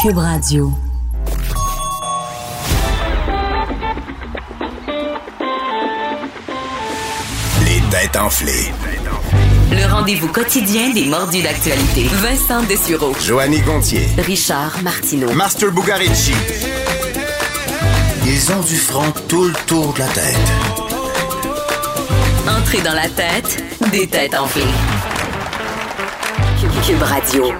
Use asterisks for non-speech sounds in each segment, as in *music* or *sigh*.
Cube Radio. Les têtes enflées. Le rendez-vous quotidien des mordus d'actualité. Vincent Dessureau. Joanny Gontier. Richard Martineau. Master Bugarici. Ils ont du front tout le tour de la tête. Entrée dans la tête des têtes enflées. Cube- Cube Radio.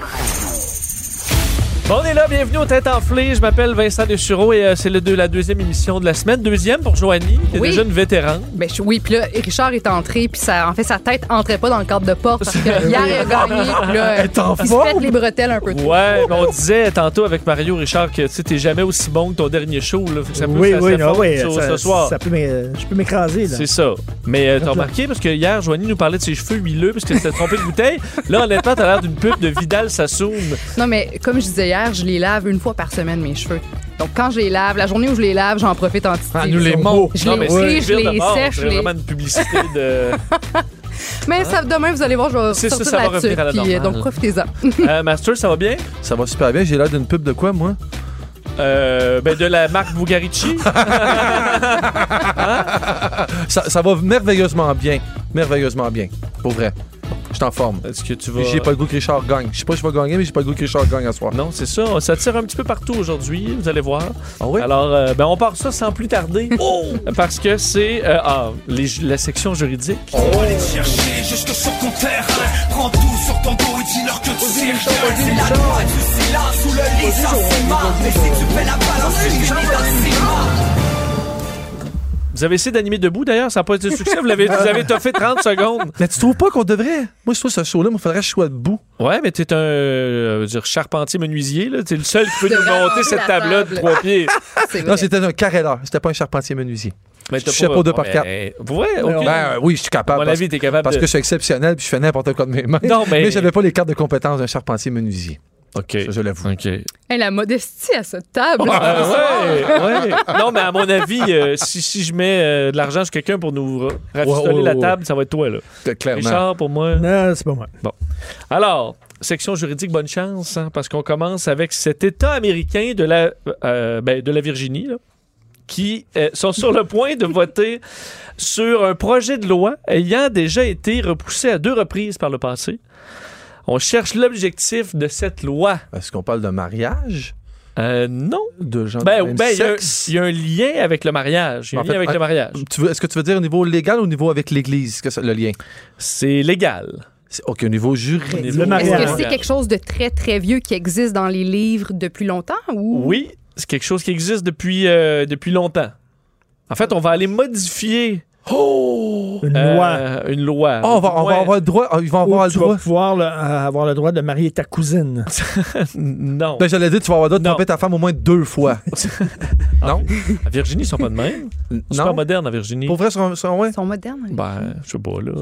Bon, on est là, bienvenue aux Têtes Enflées. Je m'appelle Vincent Dessureau et euh, c'est le deux- la deuxième émission de la semaine. Deuxième pour Joanie, qui est Oui. déjà une vétérane. Ben, je- oui, puis là, Richard est entré, puis ça, en fait, sa tête entrait pas dans le cadre de *laughs* porte parce que hier, il a gagné, puis là, Elle est en il se forme. pète les bretelles un peu trop. Ouais, mais on disait tantôt avec Mario Richard que tu sais, t'es jamais aussi bon que ton dernier show. Là, Fait que ça peut oui, ça- oui, ça ah fond oui, sur- ça- ce soir. ça peut m'é- je peux m'écraser. là. C'est ça. Mais euh, t'as Hop là. remarqué, parce que hier, Joanie nous parlait de ses cheveux huileux parce qu'elle s'était trompée de bouteille. Là, honnêtement, t'as l'air d'une pub de Vidal Sassoon. Non, mais comme je disais hier, je les lave une fois par semaine, mes cheveux. Donc, quand je les lave, la journée où je les lave, j'en profite en Ah, petite. Je Non, les mais c'est fige, je une ville de les mort. sèche, je C'est les... vraiment une publicité de. Mais ça, demain, vous allez voir, je vais C'est ça, sortir ça va là-dessus, revenir à la puis, euh, normale. donc profitez-en. Euh, Master, ça va bien? Ça va super bien. J'ai l'air d'une pub de quoi, moi? Euh, ben, de la marque Bugarici. Ça, ça va merveilleusement bien. Merveilleusement bien. Pour vrai. Je t'en forme. Est-ce que tu vas. Puis J'ai pas le goût que Richard gagne. Je sais pas si je vais gagner, mais j'ai pas le goût que Richard gagne à soir. Non, c'est ça. Ça tire un petit peu partout aujourd'hui, vous allez voir. Ah oui? Alors, euh, ben, on part ça sans plus tarder. Parce que c'est euh, ah, les ju- la section juridique. chercher jusque sur ton terre. Prends tout sur ton dos et dis-leur que tu sais rien. La loi, tu sais là, sous le lit, ça c'est marre. Mais si tu fais la balance, tu finis dans ses mains. Vous avez essayé d'animer debout d'ailleurs, ça n'a pas été un succès. Vous l'avez- vous avez toffé 30 secondes. Mais tu trouves pas qu'on devrait? Moi, je trouve ce show-là, il faudrait que je sois debout. Ouais, mais t'es un euh, je veux dire, charpentier menuisier. là. T'es le seul qui peut De nous monter ramasser cette la table-là de table. trois pieds. C'est vrai. Non, c'était un carreleur. C'était pas un charpentier menuisier. Mais Je touchais pas deux par quatre. Ouais, Eh, ok. Ben euh, oui, je suis à capable. mon parce, avis, t'es capable parce de- que je suis exceptionnel puis je fais n'importe quoi de mes mains. Non, mais- j'avais pas les cartes de compétences d'un charpentier menuisier. OK. Ça, je l'avoue. OK. *laughs* Hey, la modestie à cette table. Ah, Euh, Ah, ouais, ouais. Non, mais à mon avis, euh, si, si je mets euh, de l'argent sur quelqu'un pour nous ra- rafistoler Ouais, ouais, la ouais. table, ça va être toi, là. Clairement. Richard, pour moi. Non, c'est pas moi. Alors, section juridique, bonne chance, hein, parce qu'on commence avec cet État américain de la, euh, ben, de la Virginie, là, qui euh, sont sur le point de voter sur un projet de loi ayant déjà été repoussé à deux reprises par le passé. On cherche l'objectif de cette loi. Est-ce qu'on parle de mariage? Euh, non. De gens Ben, du même ben, il y a- sexe? il y, a un lien avec le mariage. Il y a un En lien fait, avec un- le mariage. Tu veux- Est-ce que tu veux dire au niveau légal ou au niveau avec l'Église, est-ce que ça- le lien? C'est légal. C'est- OK, au niveau Au juridique. niveau- Est-ce mariage. que c'est quelque chose de très, très vieux qui existe dans les livres depuis longtemps? Ou... Oui, c'est quelque chose qui existe depuis, euh, depuis longtemps. En fait, on va aller modifier Oh! Une euh, loi. une loi. Ah, on va, on va Ouais. avoir le droit. ah, Ils vont Où avoir le tu vas droit. pouvoir là, avoir le droit de marier *laughs* ta cousine. Non. Ben, j'allais dire, tu vas avoir le droit de Non. tromper ta femme au moins *laughs* deux fois. non? À Virginie, ils sont pas de même. *laughs* Ils sont pas Non? modernes à Virginie. Pour vrai, sur, sur, ouais. Ils sont modernes. hein. Ben, je sais pas, là.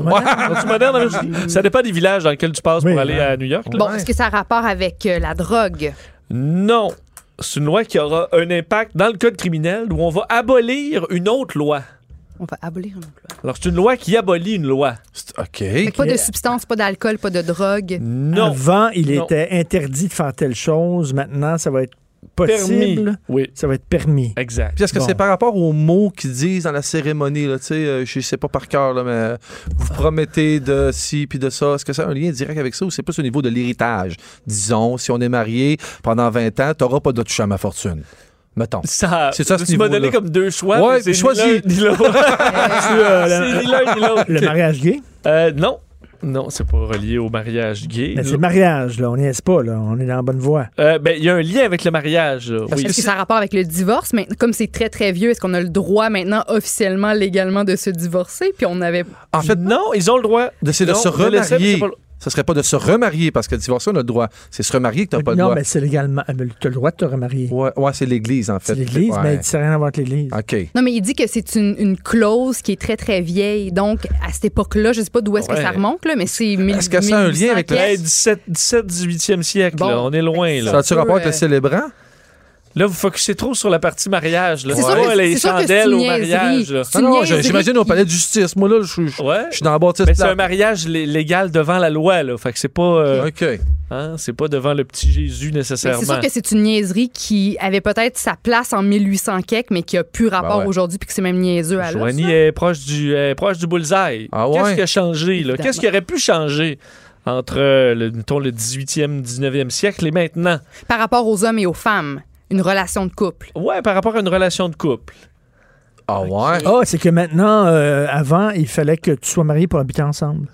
Sont-ils modernes à *laughs* Virginie? Ça dépend des villages dans lesquels tu passes Oui, pour aller ben. à New York. là. Bon, Ouais. est-ce que ça a rapport avec euh, la drogue? Non. C'est une loi qui aura un impact dans le code criminel où on va abolir une autre loi. On va abolir un emploi. Alors, c'est une loi qui abolit une loi. C'est- OK. Fait que Pas de substance, pas d'alcool, pas de drogue. Non. Avant, il Non. était interdit de faire telle chose. Maintenant, ça va être Permis. possible. Oui, Ça va être permis. exact. Puis est-ce que Bon. c'est par rapport aux mots qu'ils disent dans la cérémonie, là, tu sais, euh, je sais pas par cœur, là, mais Ah. vous promettez de ci puis de ça. Est-ce que ça a un lien direct avec ça ou c'est plus au niveau de l'héritage? Disons, si on est marié pendant 20 ans, t'auras pas de toucher à ma fortune. Mettons. Ça, C'est ça, ce tu m'as donné niveau-là. comme deux choix. Ouais, mais c'est ni choisis. l'un ni *laughs* l'autre. Tu, *laughs* euh, le- c'est ni l'un ni l'autre. le mariage gay? Euh, non, non, c'est pas relié au mariage gay. Ben, Mais Ben, c'est le mariage, là. On n'y est pas, là. On est dans la bonne voie. Euh, ben, il y a un lien avec le mariage. là. Oui. Est-ce que ça a rapport avec le divorce? Mais comme c'est très, très vieux, est-ce qu'on a le droit maintenant officiellement, légalement, de se divorcer? Puis on avait. En fait, non, ils ont le droit. de, c'est de Non, se je le sais, mais c'est remarier. pas le- Ce serait pas de se remarier parce que divorcer, on a le droit. C'est se remarier que t'as pas le non, droit. mais c'est légalement. Tu as le droit de te remarier. Ouais, ouais, c'est l'Église, en fait. C'est l'Église, Ouais. mais ça n'a rien à voir avec Ah. l'Église. OK. Non, mais il dit que c'est une, une clause qui est très, très vieille. Donc, à cette époque-là, je sais pas d'où est-ce Ouais. que ça remonte, là, mais c'est. Est-ce que ça a un lien Ben, avec le- Hey, 17, 17, 18e siècle, Bon. là, on est loin. Ça Là. Ça- a-tu rapport avec Euh, le célébrant? Là, vous focussez trop sur la partie mariage. là. C'est C'est sûr pas que- les c'est sûr que c'est chandelles une au niaiserie. mariage. là. C'est une Ah Non, non, niaiserie. j'imagine au palais de justice. Moi, là, je je- Ouais. je suis dans la bâtisse Mais c'est un plate. mariage lé- légal devant la loi, là. Fait que c'est pas, euh, OK. hein, c'est pas devant le petit Jésus Mais nécessairement. C'est sûr que c'est une niaiserie qui avait peut-être sa place en 1800 quelque, mais qui a plus rapport Bah ouais. aujourd'hui, puis que c'est même niaiseux à l'os. Joanie est proche du, est proche du bullseye. Ah Qu'est-ce ouais? qui a changé? là? Évidemment. Qu'est-ce qui aurait pu changer entre euh, le, mettons, le 18e, 19e siècle et maintenant? Par rapport aux hommes et aux femmes, une relation de couple. Ouais, par rapport à une relation de couple. Ah ouais. Ah, c'est que maintenant, euh, avant, il fallait que tu sois marié pour habiter ensemble.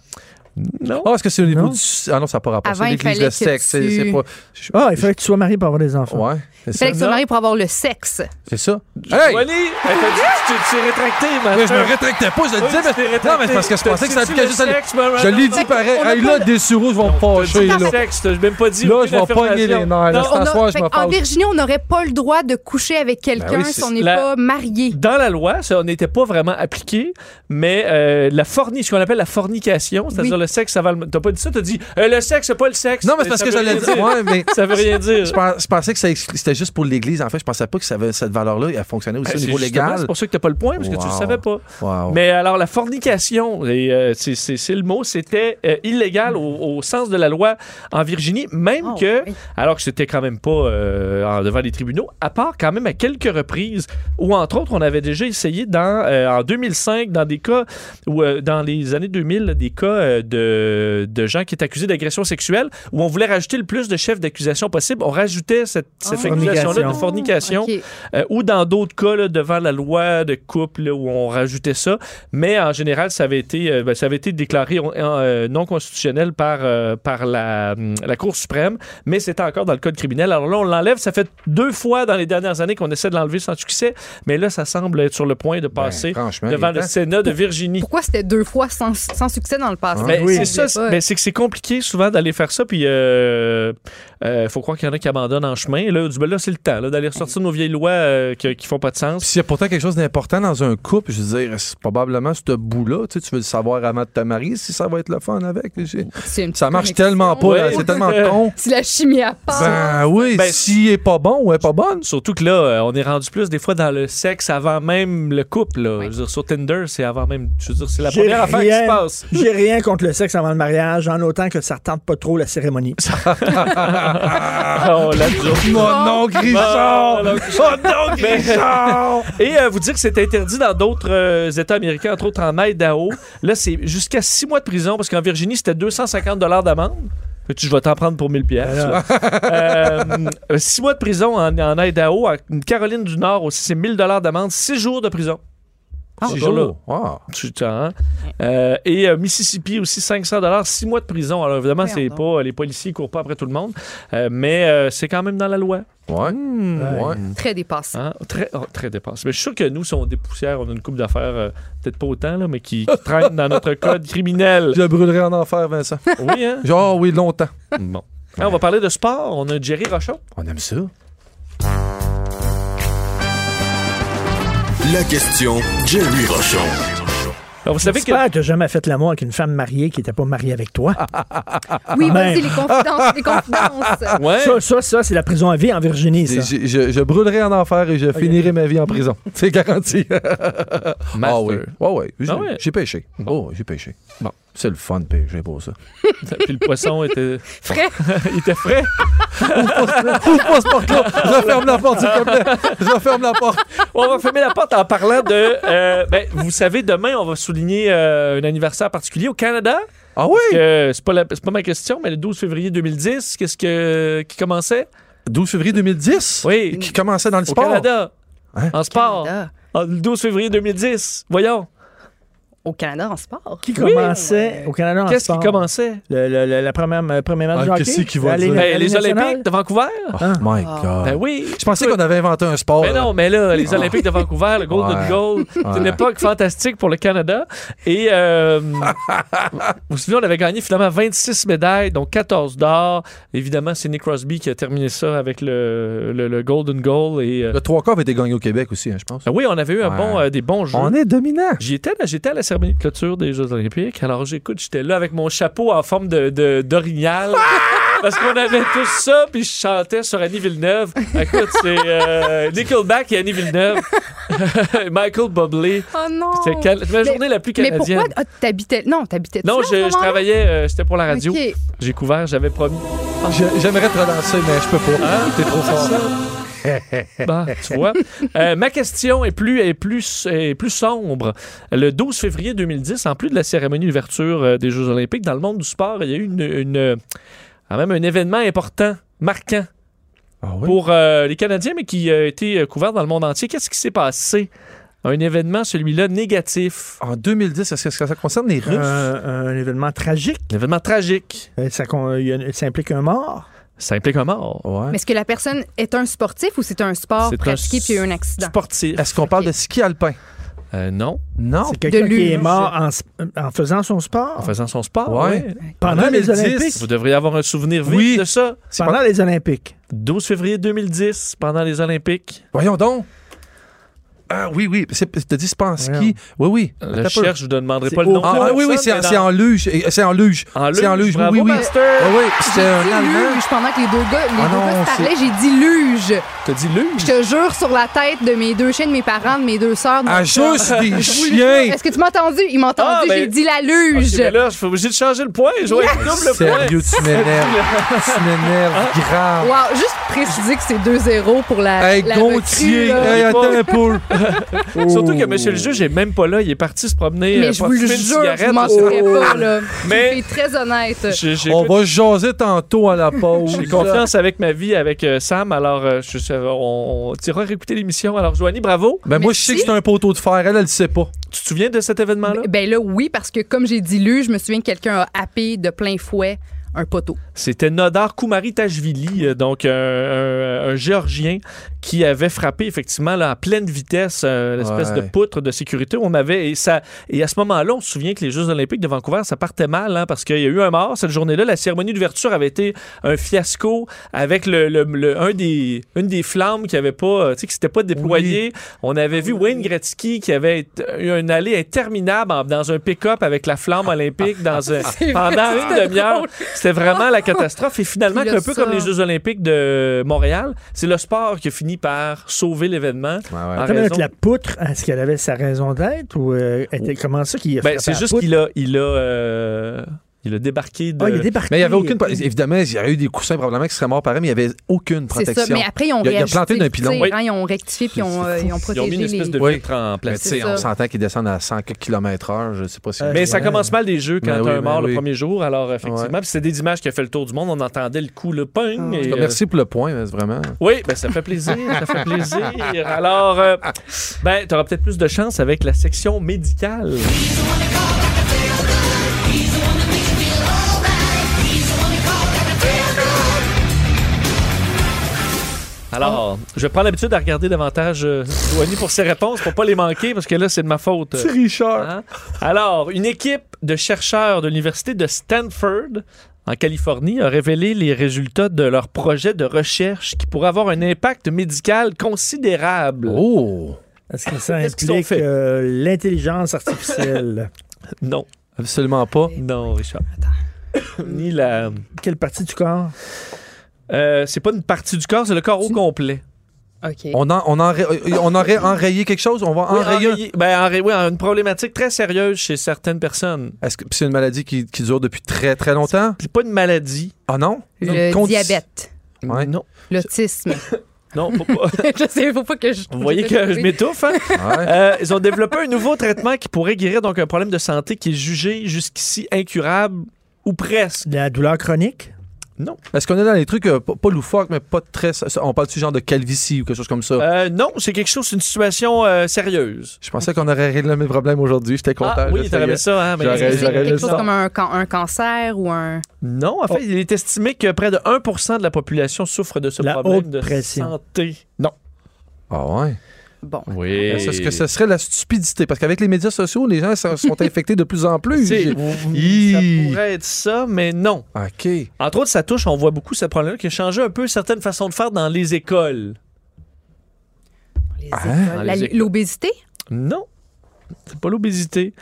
Non. Ah, est-ce que c'est au niveau Non. du. Ah non, ça n'a pas rapport. Avant, il C'est l'église fallait de que sexe. C'est tu- c'est pas. Ah, il fallait que tu sois marié pour avoir des enfants. Ouais. C'est Il ça. fallait que tu te maries pour avoir le sexe. C'est ça. Hey! Joanie, elle t'a dit que tu tu t'es rétracté, ma Mais je me soeur. rétractais pas, je le Oui, disais, tu t'es mais. rétracté. Non, mais c'est parce que je pensais que ça T'as-tu appliquait le juste à sexe, Maman? Je l'ai dit pareil. on a Hey, là, des sureaux vont me fâcher, Le là. sexe, t'as même pas dit. Là, aucune je vais affirmation. pogner les nerfs, là, Non, c'est On a- soir, je fait m'en qu'en parle. Virginie, on n'aurait pas le droit de coucher avec quelqu'un oui, si c'est- on n'est la- pas marié. Dans la loi, ça n'était pas vraiment appliqué, mais euh, la forni, ce qu'on appelle la fornication, c'est-à-dire Oui. le sexe avant le. T'as pas dit ça, t'as dit euh, le sexe, c'est pas le sexe. Non, mais c'est parce Ça que veut j'allais rien dire. Ouais, mais. Ça veut *laughs* rien dire. Je, pens- je pensais que ça exclu- c'était juste pour l'Église. En fait, je pensais pas que ça avait- cette valeur-là elle fonctionnait aussi Eh, au c'est niveau justement, légal. C'est pour ça que t'as pas le point, parce que tu le Wow. savais pas. Wow. Mais alors, la fornication, et, euh, c'est- c'est c'est le mot, c'était euh, illégal au, au sens de la loi en Virginie, même Oh, que, oui. alors que c'était quand même pas euh, en- devant les tribunaux, à part quand même à quelques reprises, où entre autres, on avait déjà essayé dans, euh, en 2005, dans des cas, où, euh, dans les années 2000, là, des cas euh, de, de gens qui étaient accusés d'agression sexuelle, où on voulait rajouter le plus de chefs d'accusation possible, on rajoutait cette, cette Ah. accusation-là de Fornication. fornication. Ok. Euh, ou dans d'autres cas là, devant la loi de couple là, où on rajoutait ça. Mais en général, ça avait été, euh, ben, ça avait été déclaré on- euh, non constitutionnel par, euh, par la, hum, la Cour suprême, mais c'était encore dans le code criminel. Alors là, on l'enlève. Ça fait deux fois dans les dernières années qu'on essaie de l'enlever sans succès, mais là, ça semble être sur le point de passer Ben, franchement, devant il est le temps. Sénat de Virginie. *laughs* Pourquoi c'était deux fois sans, sans succès dans le passé? Mais Oui. Ben c'est ça, c'est- Ouais. mais c'est que c'est compliqué souvent d'aller faire ça, puis euh, euh, faut croire qu'il y en a qui abandonnent en chemin. Et Là, du- ben là c'est le temps là, d'aller ressortir nos vieilles lois euh, qui, qui font pas de sens. Puis s'il y a pourtant quelque chose d'important dans un couple, je veux dire, c'est probablement ce bout-là. Tu, sais, tu veux le savoir avant de te marier si ça va être le fun avec. J'ai- C'est une Ça marche connexion. tellement pas, là, Ouais. c'est *laughs* tellement Euh, con. Si la chimie à part. Ben oui, Ben, s'il est pas bon ou elle est pas bonne. Surtout que là, euh, on est rendu plus des fois dans le sexe avant même le couple. Là. Ouais. Je veux dire, sur Tinder, c'est avant même. Je veux dire, c'est la J'ai première affaire qui rien- se passe. J'ai rien contre le sexe avant le mariage, en autant que ça retente pas trop la cérémonie. Oh, la joke. Ah, Mon nom Bon, Grishon! alors, Mais- *laughs* Et euh, vous dire que c'est interdit dans d'autres euh, États américains, entre autres en Idaho. Là, c'est jusqu'à six mois de prison parce qu'en Virginie, c'était 250 d'amende. Fait que Je vais t'en prendre pour 1000 pièces. Ben Euh, six mois de prison en, en Idaho, en Caroline du Nord aussi, c'est 1000 dollars d'amende, six jours de prison. Six Encore là. jours. Ah. Tu t'en- hein? Euh, et euh, Mississippi aussi, 500 dollars, 6 mois de prison. Alors évidemment, c'est Voyons pas les policiers courent pas après tout le monde, euh, mais euh, c'est quand même dans la loi. Ah, Ouais. ouais. Très dépassé. hein. Très, oh, très dépassé. Mais je suis sûr que nous, si on dépoussière, on a une coupe d'affaires, euh, peut-être pas autant, là, mais qui, qui traîne dans notre code criminel. Je le brûlerai en enfer, *laughs* Vincent. Oui, *laughs* hein? Genre, oui, longtemps. Bon. Ah, on va parler de sport. On a Jerry Rochon. On aime ça. La question Jerry Rochon. Alors, Ah, vous savez que. Ah, J'espère que t'as jamais fait l'amour avec une femme mariée qui n'était pas mariée avec toi. Oui, Ben. vas-y, les confidences, les confidences. Ouais. Ça, ça, ça, c'est la prison à vie en Virginie, ça. Je, je- je brûlerai en enfer et je finirai ma vie en prison. C'est garanti. Master. Ah oui. Ouais, ouais. J'ai, Ah ouais. j'ai pêché. Oh, j'ai pêché. Bon. C'est le fun de pêcher pour *laughs* ça. Puis le poisson était. Frais. *laughs* Il était frais. Ouvre pas ce porte-là. Referme la porte, s'il te plaît. Referme la porte. On va fermer la porte en parlant de. euh, ben, vous savez, demain, on va souligner euh, un anniversaire particulier au Canada. Ah *laughs* oui. que Euh, c'est pas, la- c'est pas ma question, mais le 12 février 2010, qu'est-ce que, qui commençait 12 février 2010. Oui. Qui commençait dans le au sport. Canada? Hein? En sport. Canada. En- Ah, Le 12 février 2010. Voyons. Au Canada, en sport. Qui commençait au Canada en Qu'est-ce qui sport? commençait? Le, le- le- la première, le premier match Ah, de hockey? qu'est-ce qui va La dire? Ligue- Ben, la les Ligue nationale? Olympiques de Vancouver? Oh my God. Ben oui. Je pensais qu'on avait inventé un sport. Mais non, mais là, les Olympiques de Vancouver, le Golden Ah. Ouais. Goal, c'est une Ouais. époque fantastique pour le Canada. Et euh, vous vous souvenez, on avait gagné finalement 26 médailles, donc 14 d'or. Évidemment, c'est Nick Crosby qui a terminé ça avec le, le- le Golden Goal. Et, euh, Le 3 quarts avait été gagné au Québec aussi, hein, je pense. ah oui, on avait eu un Ouais. bon, euh, des bons jeux. On est dominant. J'y étais, là, j'étais à la cérémonie de *laughs* clôture des Jeux Olympiques. Alors, j'écoute, j'étais là avec mon chapeau en forme de, de- d'orignal. Parce qu'on avait tous ça, puis je chantais sur Annie Villeneuve. Écoute, c'est euh, Nickelback et Annie Villeneuve. *laughs* Michael Bublé. Oh non! C'était cal- la Mais- journée la plus Mais canadienne. pourquoi ah, t'habitais. Non, t'habitais non, je, je travaillais, euh, c'était pour la radio. Ok. J'ai couvert, j'avais promis. J'ai- J'aimerais te relancer, mais je peux pas. T'es trop fort. Bah, tu vois. Euh, ma question est plus, est, plus, est plus sombre. Le 12 février 2010, en plus de la cérémonie d'ouverture euh, des Jeux Olympiques, dans le monde du sport, il y a eu une, une, euh, quand même un événement important, marquant Ah oui? pour euh, les Canadiens, mais qui a été euh, couvert dans le monde entier. Qu'est-ce qui s'est passé? Un événement, celui-là, négatif. En 2010, est-ce que ça ça concerne les Russes? Un, un événement tragique. Un événement tragique. Euh, Ça, con- il y a- ça implique un mort. Ça implique un mort. Ouais. Mais est-ce que la personne est un sportif ou c'est un sport C'est un pratiqué puis il y a eu un accident? Sportif. Est-ce qu'on parle de ski alpin? Euh, non. Non. C'est quelqu'un De qui est luge. mort en, s- en faisant son sport. En faisant son sport. Ouais. ouais. pendant les 2010. Olympiques. Vous devriez avoir un souvenir vif Oui. de ça. C'est Pendant pas- les Olympiques. 12 février 2010, pendant les Olympiques. Voyons donc. Ah oui, oui. C'est- T'as dit c'est pas en ski. Oui, oui. Euh, Attends Je un peu. cherche, je ne demanderai C'est pas le nom. au- Ah, de la ah, oui, oui, c'est personne, en, mais c'est en luge. Et- C'est en luge. En C'est en luge, luge, oui, bravo, oui, oui. Master. Ah oui, J'ai c'était un dit Allemand. luge pendant que les deux gars, les Ah deux non, gars se c'est- parlaient, j'ai dit luge. T'as dit luge? Je te jure sur la tête de mes deux chiens, de mes parents, de mes deux sœurs. de mon Ah, chum. juste *laughs* des chiens. Est-ce que tu m'as entendu? Il m'a entendu, Ah, ben- j'ai dit la Ok, luge. mais là, je suis obligé de changer le point. Je vais être double point. E. Hein? Sérieux, tu *laughs* m'énerves. tu m'énerves grave. Wow, juste préciser que c'est 2-0 pour la, Hey, la recrue, Gontier. là. Hey, attends un peu. *laughs* Surtout que monsieur le juge est même pas là. Il est parti se promener. Mais euh, je pas vous le fumer une jure, je cigarette, m'en là, c'est- serais pas, là. Mais- Mais... Je suis très honnête. J'ai- j'ai- On va jaser tantôt à la pause. J'ai confiance avec ma vie, avec euh, Sam. Alors, euh, je, je- on, on t'ira réécouter l'émission. Alors, Joanie, bravo. Ben moi, je sais que c'est un poteau de fer. Elle, elle le sait pas. Tu te souviens de cet événement-là? Ben là, oui, parce que comme j'ai dit luge, je me souviens que quelqu'un a happé de plein fouet un poteau. C'était Nodar Kumaritashvili, euh, donc un, un- un Géorgien qui avait frappé effectivement là, à pleine vitesse euh, l'espèce Ouais. de poutre de sécurité. On avait et ça et à ce moment-là, on se souvient que les Jeux Olympiques de Vancouver ça partait mal hein, parce qu'il y a eu un mort cette journée-là. La cérémonie d'ouverture avait été un fiasco avec le, le- le- un des une des flammes qui avait pas euh, tu sais qui s'était pas déployée. On avait vu Wayne Gretzky qui avait été- eu un aller interminable en- dans un pick-up avec la flamme olympique dans *laughs* un- pendant une demi-heure. C'était vraiment la catastrophe. Et finalement, Puis c'est le un peu comme sort. les Jeux Olympiques de Montréal, c'est le sport qui a fini par sauver l'événement. en Attends une minute, raison- la poutre, est-ce qu'elle avait sa raison d'être ou euh, était, comment ça qu'il a Ben, frappé c'est la juste poutre? qu'il euh, a, il a, euh, il a débarqué de. Ah, il est débarqué. Mais il n'y avait aucune. pro- Évidemment, il y aurait eu des coussins probablement qui seraient morts pareil, mais il n'y avait aucune C'est ça. protection. Mais après, ils ont Il a- il a réagi, planté d'un tu sais, pilon. hein, ils ont rectifié puis ils ont, euh, ils ont Ils ont mis protégé une espèce les- de Oui. filtre en Mais plastique. tu sais, C'est ça. on s'entend qu'ils descendent à 100 km/h. Je sais pas si. Euh, Mais Ouais. Ben, ça commence mal les jeux quand Ben t'as oui, un ben mort le oui. premier jour. Alors, effectivement, Ouais. puis c'est des images qui a fait le tour du monde. On entendait le coup, le ping. Ah, et, euh, Merci pour le point, mais c'est vraiment. Oui, ben ça fait plaisir, ça fait *laughs* plaisir. Alors, euh, ben, t'auras peut-être plus de chance avec la section médicale. Alors, je prends l'habitude à regarder davantage euh, Joanie pour ses réponses pour pas les manquer parce que là c'est de ma faute. Richard. Hein? Alors, une équipe de chercheurs de l'université de Stanford en Californie a révélé les résultats de leur projet de recherche qui pourrait avoir un impact médical considérable. Oh! Est-ce que ça Qu'est-ce qu'ils ont implique fait? euh, *laughs* l'intelligence artificielle? Non, Absolument pas. non, Richard. *coughs* Ni la. Quelle partie du corps? Euh, c'est pas une partie du corps, c'est le corps au complet. OK. On, en- on, enra- euh, on aurait enrayé quelque chose? On va Oui, enrayer. enrayer- ben, enrayer- oui, une problématique très sérieuse chez certaines personnes. Est-ce que puis c'est une maladie qui, qui dure depuis très, très longtemps? C'est pas une maladie. Ah non? Le Condi- diabète, Ouais. Non, l'autisme. non, faut pas. *laughs* je sais, faut pas que *laughs* je. *laughs* Vous voyez que je m'étouffe, hein? Ouais. Euh, ils ont développé un nouveau traitement qui pourrait guérir donc un problème de santé qui est jugé jusqu'ici incurable ou presque. La douleur chronique? Est-ce qu'on est dans les trucs euh, pas, pas loufoques, mais pas très. On parle du genre de calvitie ou quelque chose comme ça? Euh, non, c'est quelque chose, c'est une situation euh, sérieuse. Je pensais qu'on aurait réglé mes problèmes aujourd'hui. J'étais content. Ah, là, ça oui, y t'aurais est. aimé ça, hein? mais- J'aurais- C'est j'aurais quelque le chose sang. comme un, can- un cancer ou un. Non, en fait, il est estimé que près de 1 de la population souffre de ce La problème haute de pression. santé. Non. Ah ouais. Bon. Oui. Ah, Ça, ce que ce serait la stupidité. Parce qu'avec les médias sociaux, les gens se- *laughs* sont infectés de plus en plus. C'est- J'ai- Ça Hi. pourrait être ça, mais non. OK. Entre autres, ça touche, on voit beaucoup ce problème-là, qui a changé un peu certaines façons de faire dans les écoles. Les Hein? écoles. La- Les écoles. L'obésité? Non. C'est pas l'obésité.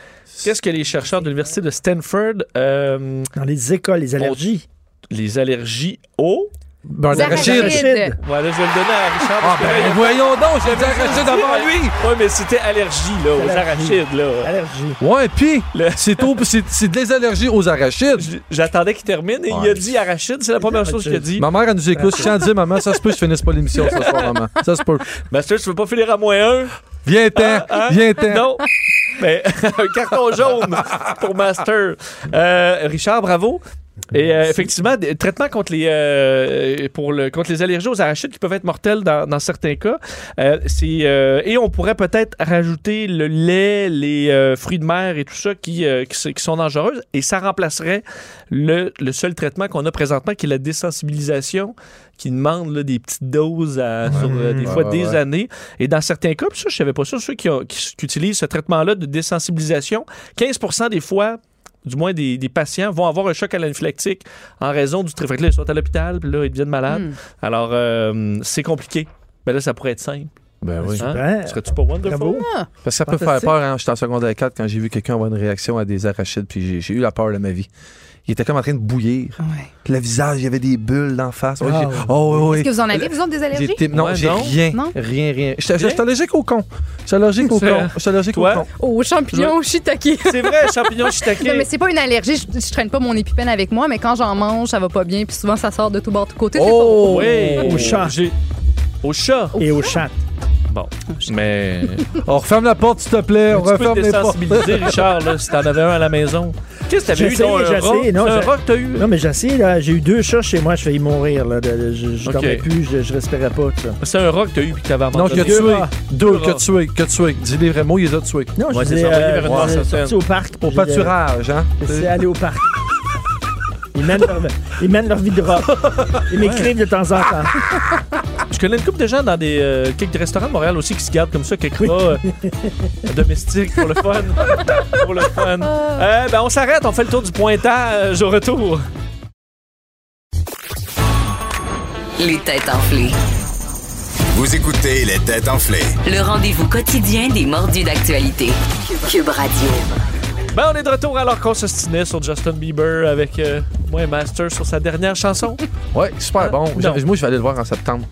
Qu'est-ce que les chercheurs de l'université de Stanford euh, Dans les écoles, les allergies? les allergies au. Bon, Arachide. Arachide. Voilà, je vais le donner à Richard. Ah, parce que là, ben il- voyons donc, je dit arraché devant lui. Ouais, mais c'était allergie, là, aux Allergie. arachides, là. Allergie. Ouais, puis Le- c'est tout, c'est c'est des allergies aux arachides. J- J'attendais qu'il termine et il a Ouais. dit arachide. C'est la première chose qu'il a dit. Ma mère, elle nous écoute. Je tiens à dire, maman, ça se peut que je finisse pas l'émission ce soir, maman. Ça se peut. Master, tu veux pas finir à moins un? Viens-t'en, Hein? viens-t'en. Non. Mais *laughs* un carton jaune pour Master. Euh, Richard, bravo. Et euh, effectivement, des traitements contre les, euh, pour le, contre les allergies aux arachides qui peuvent être mortels dans, dans certains cas. Euh, c'est, euh, et on pourrait peut-être rajouter le lait, les euh, fruits de mer et tout ça qui, euh, qui, s- qui sont dangereuses. Et ça remplacerait le, le seul traitement qu'on a présentement, qui est la désensibilisation, qui demande là, des petites doses à, sur, euh, des Ouais, fois ouais, des ouais. années. Et dans certains cas, puis ça, je savais pas ça, ceux qui, ont- qui s- qui utilisent ce traitement-là de désensibilisation, 15 des fois, du moins des, des patients, vont avoir un choc anaphylactique en raison du trafic. Là, ils sont à l'hôpital, puis là, ils deviennent malades. Hmm. Alors, euh, c'est compliqué. Mais là, ça pourrait être simple. Hein? Ben oui. Super. Serais-tu pas wonderful? Bravo. Parce que ça peut faire Fantastique. peur. Hein. J'étais en secondaire 4 quand j'ai vu quelqu'un avoir une réaction à des arachides, puis j'ai- j'ai eu la peur de ma vie. Il était comme en train de bouillir. Ouais. Puis le visage, il y avait des bulles d'en face. Ouais, Ah, j'ai- ouais. oh, oui, Est-ce que oui. vous en avez, vous autres, des J'ai allergies? été- non, Ouais, j'ai non? rien, Non? rien, rien. J'étais Rien? j'étais allergique au con. J'étais allergique au C'est- con. J'étais allergique au Toi? con. Oh, aux champignons, au shiitake. C'est vrai, *laughs* champignon shiitake. Non, mais c'est pas une allergie. Je, je traîne pas mon épipène avec moi, mais quand j'en mange, ça va pas bien. Puis souvent, ça sort de tout bord, tout côté. C'est Oh! Oui. Au chat. J'ai- Au chat. Et au chat. Bon. Ah, Mais. On referme la porte, s'il te plaît. On tu peux referme te les portes. désensibiliser, Richard, là, si t'en avais un à la maison. Qu'est-ce que J'ai t'avais eu essayé, dans j'ai un rat? essayé, non, C'est un j'ai- rat que t'as eu? Non, mais j'essaie, là. J'ai eu deux chats chez moi, je failli mourir, là. de- de- je je Ok. dormais plus, je, je respirais pas, tout ça. C'est un rat que t'as eu puis que t'avais Non, que abandonné. tu tué. rats. Deux, Deux que rats. tu tué. Que tu tué. Dis les vrais mots, il les a tués. Non, Ouais, je c'est suis ça, envoyé vers une mort certaine. sorti au parc. Au puis j'ai- pâturage, hein. C'est aller au parc. Ils mènent leur, ils mènent leur vie de rock. Ils m'écrivent de temps en temps. Je connais une couple de gens dans des euh, quelques restaurants de Montréal aussi qui se gardent comme ça quelques rats euh, domestiques pour le fun. *laughs* pour le fun. Euh, ben, on s'arrête, on fait le tour du pointage au retour. Les têtes enflées. Vous écoutez les têtes enflées. Le rendez-vous quotidien des mordus d'actualité. Cube Radio. Ben, on est de retour alors qu'on s'ostinait sur Justin Bieber avec euh, moi et Master sur sa dernière chanson. Ouais, super bon. non. J'ai- Moi, je vais aller le voir en septembre.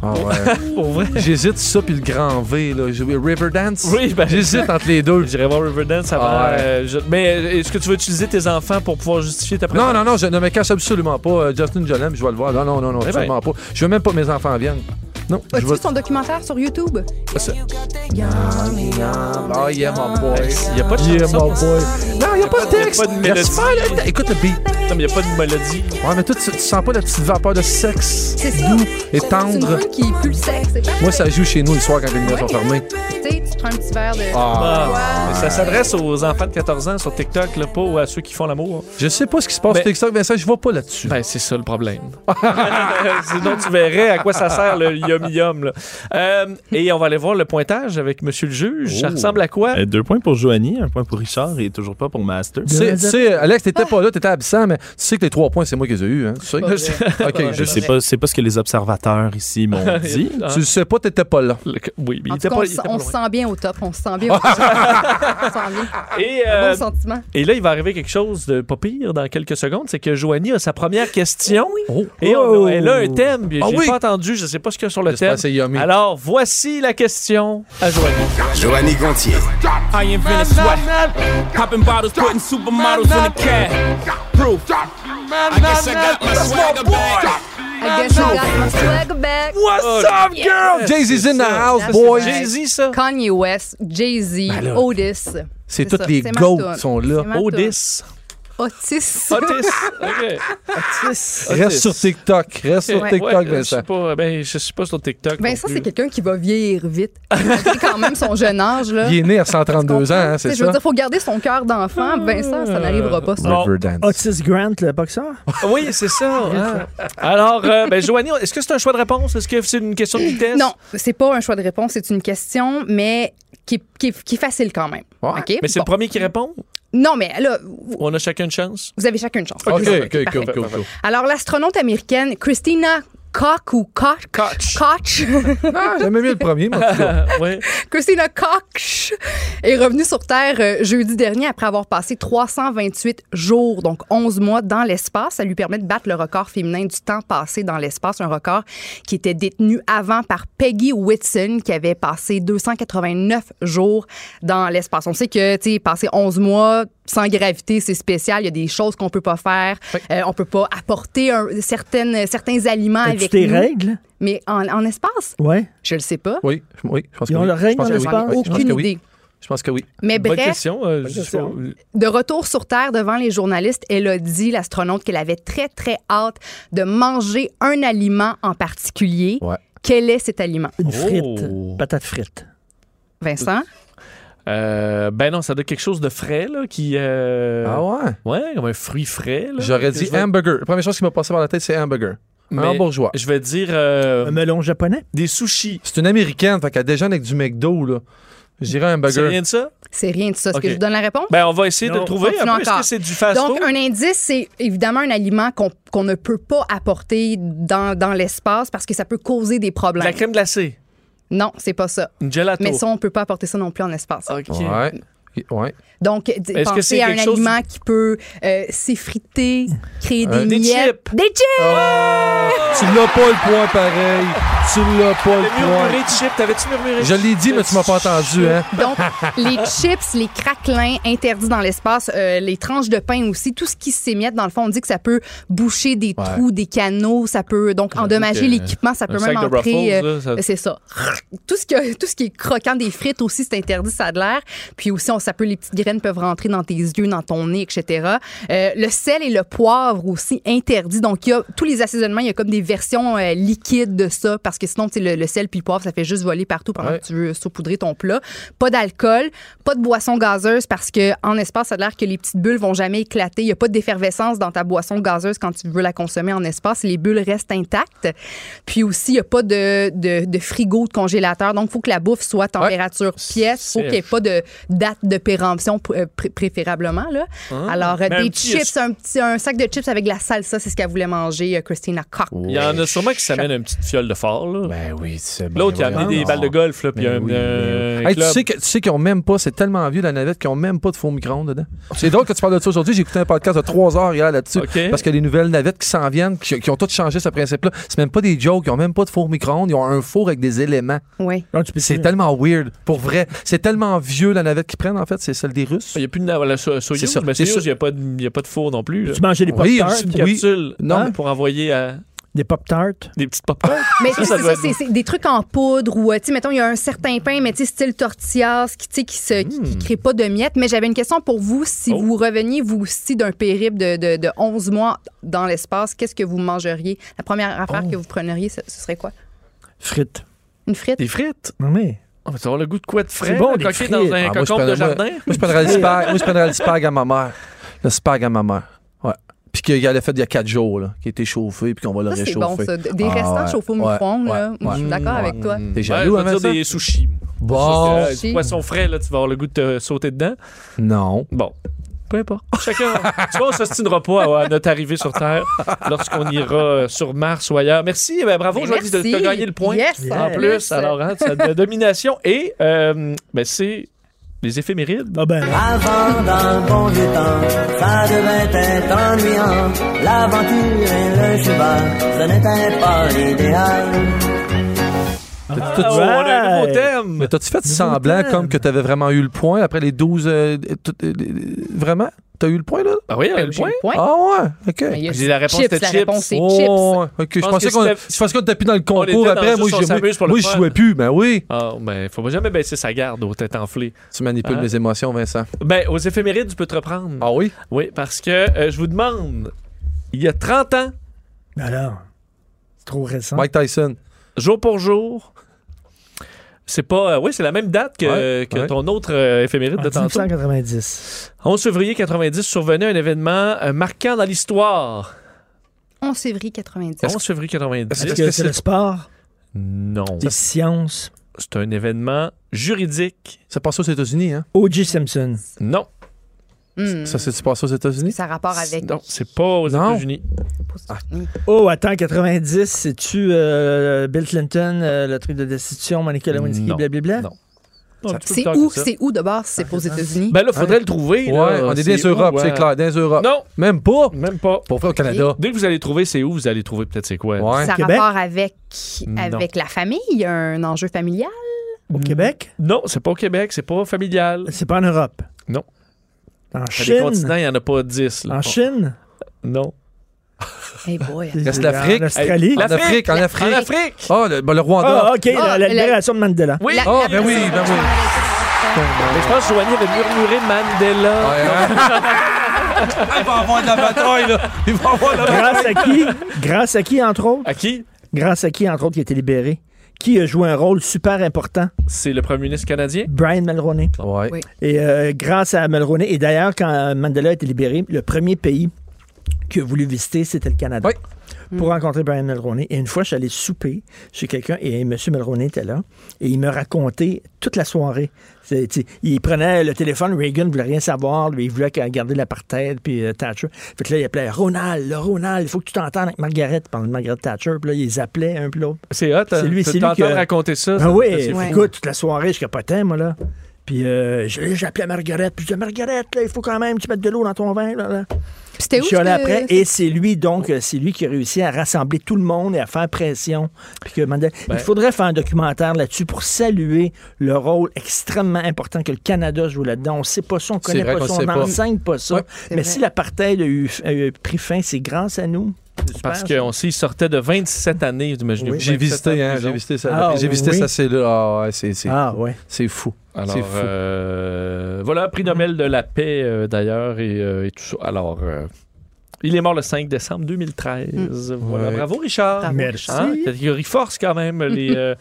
Ah ouais. Pour vrai. J'hésite ça puis le grand V là, J'ai- Riverdance. Oui, ben, J'hésite entre les deux. J'irai voir Riverdance avant. Ah ouais. euh, je- Mais euh, est-ce que tu veux utiliser tes enfants pour pouvoir justifier ta Non, présence? non, non, je ne me cache absolument pas. Euh, Justin, je l'aime, je vais le voir. Non, non, non, non, ben. absolument pas. Je veux même pas que mes enfants viennent. Non, As-tu je veux. vu son documentaire sur YouTube? Oh, yeah, my boy. Il n'y a pas de Yeah, chanson. my boy. Non, il n'y a pas de texte. pas de Il y a mélodie. super de- Écoute le beat. Non, mais il n'y a pas de mélodie. Ouais, mais toi, tu, tu sens pas la petite vapeur de sexe C'est ça. doux et C'est une tendre. femme qui pue le sexe. C'est parfait. Moi, ça joue chez nous le soir quand les lumières sont fermées. Tu sais, tu prends un petit verre de. Ah. Ah, Ça s'adresse aux enfants de 14 ans sur TikTok, là, pas à ceux qui font l'amour. Je sais pas ce qui se passe Mais- sur TikTok, mais ça, je vais pas là-dessus. Ben, c'est ça le problème. *laughs* Sinon, tu verrais à quoi ça sert le yum yum. là. Euh, et on va aller voir le pointage avec Monsieur le juge. Ça Oh. ressemble à quoi? Euh, deux points pour Joanie, un point pour Richard et toujours pas pour Master. Tu sais, tu sais, Alex, t'étais pas là, t'étais absent, mais tu sais que les trois points, c'est moi qui les ai eus. Hein, tu sais. *laughs* ok, Je je sais pas, c'est pas ce que les observateurs ici m'ont dit. Ah, Tu le sais pas, t'étais pas là. le- Oui, mais il En était tout cas, pas, on, il se- était pas on loin. se sent bien au top. On se sent *laughs* bien au top. on se sent bien. Et, Bon euh, sentiment. Et là, il va arriver quelque chose de pas pire dans quelques secondes, c'est que Joanie a sa première question. Oh. Oh, Et on a- elle a un thème, puis Ah j'ai oui. pas entendu, je sais pas ce qu'il y a sur le J'espère thème. que c'est yummy. Alors, voici la question à Joanie. Joanny Gontier. I invented sweat. Popping bottles, putting supermodels in the cab. Proof. I guess I got my swagger back. I guess I got my swag back. Oh, Girl, Jay-Z's in the house, That's boy. right. Jay-Z, ça. Kanye West, Jay-Z, Ben Otis. C'est ça, toutes les ma goats toune. qui sont là. C'est ma toune. Odys. Otis. *laughs* Otis. OK. Reste sur TikTok, reste sur Ouais. TikTok, Ouais, Je Vincent. sais pas, ben, je suis pas sur TikTok. Ben non ça, plus. c'est quelqu'un qui va vieillir vite. Malgré quand même son jeune âge, là. Il est né à Tu 132 comprends? ans, hein, Tu c'est sais, Je veux ça? Ah. dire, faut garder son cœur d'enfant. Vincent, ça n'arrivera pas, ça. Bon. Riverdance. Otis Grant, le boxeur? Oui, c'est ça. hein. Alors, euh, ben, Joanie, est-ce que c'est un choix de réponse? Est-ce que c'est une question de vitesse? Non, c'est pas un choix de réponse, c'est une question, mais qui, est- qui est- qui est facile quand même. Ouais. OK? Mais c'est Bon. le premier qui répond? Non, mais là, vous On a chacun une chance? vous avez chacun une chance. OK, C'est ça. OK, Parfait. cool, cool, cool. Alors, l'astronaute américaine Christina Cock ou Koch. Koch. Koch. Ah, J'aimais mieux le premier, mais en tout cas. *laughs* ouais. Christina Koch est revenue sur Terre euh, jeudi dernier après avoir passé 328 jours, donc 11 mois dans l'espace. Ça lui permet de battre le record féminin du temps passé dans l'espace, un record qui était détenu avant par Peggy Whitson qui avait passé 289 jours dans l'espace. On sait que, tu sais, passer 11 mois sans gravité, c'est spécial. Il y a des choses qu'on peut pas faire. Euh, on peut pas apporter un- certaines, certains aliments As-tu Ah, avec tes nous. règles? Mais en, en espace, Ouais. je le sais pas. Oui, je- oui, je pense Ils que ont oui. le règne Je pense dans que oui. l'espace? Oui, je pense Aucune que oui. idée. Je pense que oui. Mais Bonne bref, question. euh, je sais question. pas. de retour sur Terre devant les journalistes, elle a dit, l'astronaute, qu'elle avait très, très hâte de manger un aliment en particulier. Ouais. Quel est cet aliment? Une Oh. frite. Patate frite. Vincent? Euh, ben non, ça doit être quelque chose de frais, là, qui... euh, Ah ouais? Ouais, comme un fruit frais. là. J'aurais Que dit je vais- hamburger. La première chose qui m'a passé par la tête, c'est hamburger. Mais- Un bourgeois. Je vais dire euh, Un melon japonais. des sushis. C'est une américaine, fait qu'elle déjeune avec du McDo, là. Je dirais un C'est rien burger. de ça? C'est rien de ça. Est-ce OK. que je vous donne la réponse? Ben, on va essayer de Non. le trouver. Continue un peu. Est-ce encore. que c'est du fast food? Donc, un indice, c'est évidemment un aliment qu'on qu'on ne peut pas apporter dans, dans l'espace parce que ça peut causer des De La problèmes. crème glacée. Non, c'est pas ça. Une gelato. Mais ça, on peut pas apporter ça non plus en espace. OK. Ouais. Ouais. Donc, d- que pensez c'est à un quelque chose- aliment qui peut euh, s'effriter, créer des, Euh, des miettes. chips. Ah. Des chips! Tu l'as pas le point pareil. Tu l'as pas T'as le point. murmuré de chip. T'avais-tu murmuré Je l'ai dit, mais tu m'as pas entendu, hein? Donc, les chips, les craquelins interdits dans l'espace, euh, les tranches de pain aussi, tout ce qui s'émiette, dans le fond, on dit que ça peut boucher des Ouais. trous, des canaux, ça peut donc endommager que l'équipement, ça peut Un sac même de entrer. Ruffles, euh, là, ça- c'est ça. Tout ce, que, tout ce qui est croquant, des frites aussi, c'est interdit, ça a de l'air. Puis aussi, on, ça peut, les petites graines peuvent rentrer dans tes yeux, dans ton nez, etc. Euh, le sel et le poivre aussi interdits. Donc, il y a tous les assaisonnements, il y a comme des versions euh, liquides de ça, parce que sinon, tu sais, le, le sel puis le poivre, ça fait juste voler partout pendant Ouais. que tu veux saupoudrer ton plat. Pas d'alcool, pas de boisson gazeuse, parce que en espace, ça a l'air que les petites bulles vont jamais éclater. Il n'y a pas d'effervescence dans ta boisson gazeuse quand tu veux la consommer en espace. Les bulles restent intactes. Puis aussi, il n'y a pas de, de, de frigo, de congélateur. Donc, il faut que la bouffe soit température pièce. Il faut C'est- qu'il n'y ait pas de date de péremption, pr- euh, pr- préférablement. Là. Alors, euh, Hein? Mais un des petit- chips, un, petit, un sac de chips avec de la salsa, c'est ce qu'elle voulait manger, euh, Christina Koch. Il y en a sûrement qui s'amènent une petite fiole de fort, là. Ben oui, c'est L'autre, il a amené des balles de golf, là, puis Ben un. oui, euh, Hey, tu club. sais que- tu sais qu'ils ont même pas, c'est tellement vieux la navette qu'ils ont même pas de four micro-ondes dedans. C'est drôle que tu parles de ça aujourd'hui. J'ai écouté un podcast de 3 heures hier là-dessus. OK. Parce que les nouvelles navettes qui s'en viennent, qui, qui ont toutes changé ce principe-là, c'est même pas des jokes. Ils ont même pas de four micro-ondes. Ils ont un four avec des éléments. Oui. Non, tu peux C'est tellement weird. Pour vrai. C'est tellement vieux la navette qu'ils prennent, en fait. C'est celle des Russes. Il n'y a plus de nav- la so- Soyouz, C'est ça, mais c'est Soyouz, ça. il n'y a, pas de- il y a pas de four non plus. là. Tu mangeais des Oui, pop-tarts. un Une petit- oui. capsule Non, hein, mais- pour envoyer à Des pop-tarts. des petites pop tarts Mais Ça, tu sais, ça c'est doit ça, être c'est bon. c'est des trucs en poudre ou, euh, tu sais, mettons, il y a un certain pain, mais tu sais, style tortillas qui, tu sais, qui se, qui- qui crée pas de miettes. Mais j'avais une question pour vous. Si Hmm. Oh. vous reveniez, vous aussi, d'un périple de, de, de 11 mois dans l'espace, qu'est-ce que vous mangeriez? La première affaire Oh. que vous preniez, ce, ce serait quoi? Frites. Une frite? Des frites. Non, mais. On va avoir le goût de quoi de frais? C'est bon, là, des coqué frites. dans un Ah, moi, je cocon de prendrais- jardin? Moi, je prendrais le spag, moi, je prendrais le spag à ma mère. Le spag à ma mère. Ouais. Puis qu'il a fait il y a quatre jours, là, qui a été chauffé, puis qu'on va le Ça, c'est bon, réchauffer. ça. Des Ah, restants ouais, chauffés au ouais, micro-ondes, ouais, là. Moi, je suis ouais. d'accord avec toi. T'es Ouais, jaloux, je vais hein, dire Vincent? des sushis. Bon. Parce que, euh, du poisson frais, là, tu vas avoir le goût de te sauter dedans. Non. Bon. Peu importe. *laughs* Chacun. tu vois, on s'ostinera pas à notre arrivée sur Terre lorsqu'on ira euh, sur Mars ou ailleurs. Merci. Ben, bravo, Mais Joanie, de te merci. gagner le point. Yes, En plus, alors, hein, de la domination. Et, euh, ben, c'est les éphémérides. Ah ben, là. Avant dans le bon vieux temps, ça devait être ennuyant. L'aventure et le cheval, ce n'était pas l'idéal. Oh, on a un nouveau Ouais. thème. Mais t'as-tu fait semblant thème. comme que t'avais vraiment eu le point après les 12. euh, tout- euh, vraiment? T'as eu le point, là? Ah oui, on a le J'ai point. le point. Ah ouais? OK. Mais il y a J'ai la réponse, chips, c'était la chips. réponse, c'est Oh, chips. ouais. OK. Je pense pensais que qu'on c'était- je pensais qu'on tapait dans le était concours dans après. juste, Moi, on j'ai- s'amuse pour le moi, je fun. jouais plus. Ben oui. Ah, ben, faut jamais baisser sa garde aux têtes enflées. Tu manipules Hein? Ah. mes émotions, Vincent. Ben, aux éphémérides, tu peux te reprendre. Ah oui? Oui, parce que euh, je vous demande, il y a 30 ans, Ben alors. C'est trop récent. Hein? Mike Tyson. jour pour jour, c'est pas. euh, oui, c'est la même date que, Ouais, que ouais. ton autre euh, éphéméride En de tantôt. 1990. 11 février 90 survenait un événement euh, marquant dans l'histoire. 11 février 90. 11 février 90. Est-ce que c'est le sport? Non. Des sciences? C'est un événement juridique. Ça passe aux États-Unis, hein? O.J. Simpson. Non. Ça s'est-tu passé aux États-Unis? Hmm. Ça a rapport avec. Non, c'est ah, pas aux Non. États-Unis. Oh, attends, 90, c'est-tu euh, Bill Clinton, euh, le truc de destitution, Monica Lewinsky, Non. blablabla? Non. Non, un petit peu plus C'est tard où, que ça. c'est où de base? C'est aux États-unis? Ben là, faudrait le trouver. Ouais, là. on est des où, Europe, ouais. c'est clair, des Europe. Non, Même pas. même pas. Pour vrai, au Canada. Dès que vous allez trouver c'est où, vous allez trouver peut-être c'est quoi. Ouais. ça a Québec? rapport avec, Non. avec la famille, un enjeu familial? Au Québec? Non, c'est pas au Québec, c'est pas familial. C'est pas en Europe. Non. En À des Chine? continents, il n'y en a pas 10. là. En Chine? Non. Hey *laughs* boy. Reste l'Afrique. En Australie? En Afrique, en Afrique. En Afrique! Ah, le, bah, le Rwanda. Ah, OK, la, la la- libération de Mandela. Oui! La- Ah, ben oui, ben oui. Mais je pense que Joanie avait murmuré Mandela. Ouais, hein? *laughs* Il va avoir de la bataille, là. Il va avoir de la Grâce à qui? Grâce à qui, entre autres? À qui? Grâce à qui, entre autres, qui a été libéré? Qui a joué un rôle super important? C'est le premier ministre canadien. Brian Mulroney. Ouais. Oui. Et euh, grâce à Mulroney, et d'ailleurs, quand Mandela a été libéré, le premier pays qu'il a voulu visiter, c'était le Canada. Pour rencontrer Brian Mulroney. Et une fois, je suis allé souper chez quelqu'un et M. Mulroney était là. Et il me racontait toute la soirée. C'est- tu sais, Il prenait le téléphone, Reagan voulait rien savoir, lui, il voulait garder l'apartheid, puis euh, Thatcher. Fait que là, il appelait Ronald, le Ronald, il faut que tu t'entendes avec Margaret, pendant Margaret Thatcher. Puis là, il les appelait un puis l'autre. C'est hot. hein. C'est lui, Tu c'est lui t'entends qui a- raconter ça. Ah ça- oui, ça, c'est fou. Ouais. écoute, toute la soirée, je capotais, moi, là. Puis euh, j'ai- j'appelais Margaret, puis je disais, Margaret, là, il faut quand même que tu mettes de l'eau dans ton vin, là. là. Puis C'était je où? suis allé ce- après, et c'est lui, donc, euh, c'est lui qui a réussi à rassembler tout le monde et à faire pression. Puis que Mandela- Ben Il faudrait faire un documentaire là-dessus pour saluer le rôle extrêmement important que le Canada joue là-dedans. On sait pas ça, on connaît vrai pas qu'on ça, sait on pas. n'enseigne pas ça. Ouais. C'est Mais vrai. si l'apartheid a, eu- a eu pris fin, c'est grâce à nous. C'est Parce super, qu'on s'il sortait de 27 années, vous imaginez. Oui. J'ai 27 ans de visité, hein, prison. j'ai visité ça. Ah, j'ai visité oui. ça, c'est là. Ah, ouais, c'est, ça. c'est, Ah, ouais. c'est fou. Alors, c'est fou. euh, voilà, prix Nobel de la paix, euh, d'ailleurs, et, euh, et tout ça. Alors, euh, il est mort le 5 décembre 2013. Voilà, Ouais. bravo, Richard. Bravo. Merci. Hein? Catégorie force, quand même, les, euh,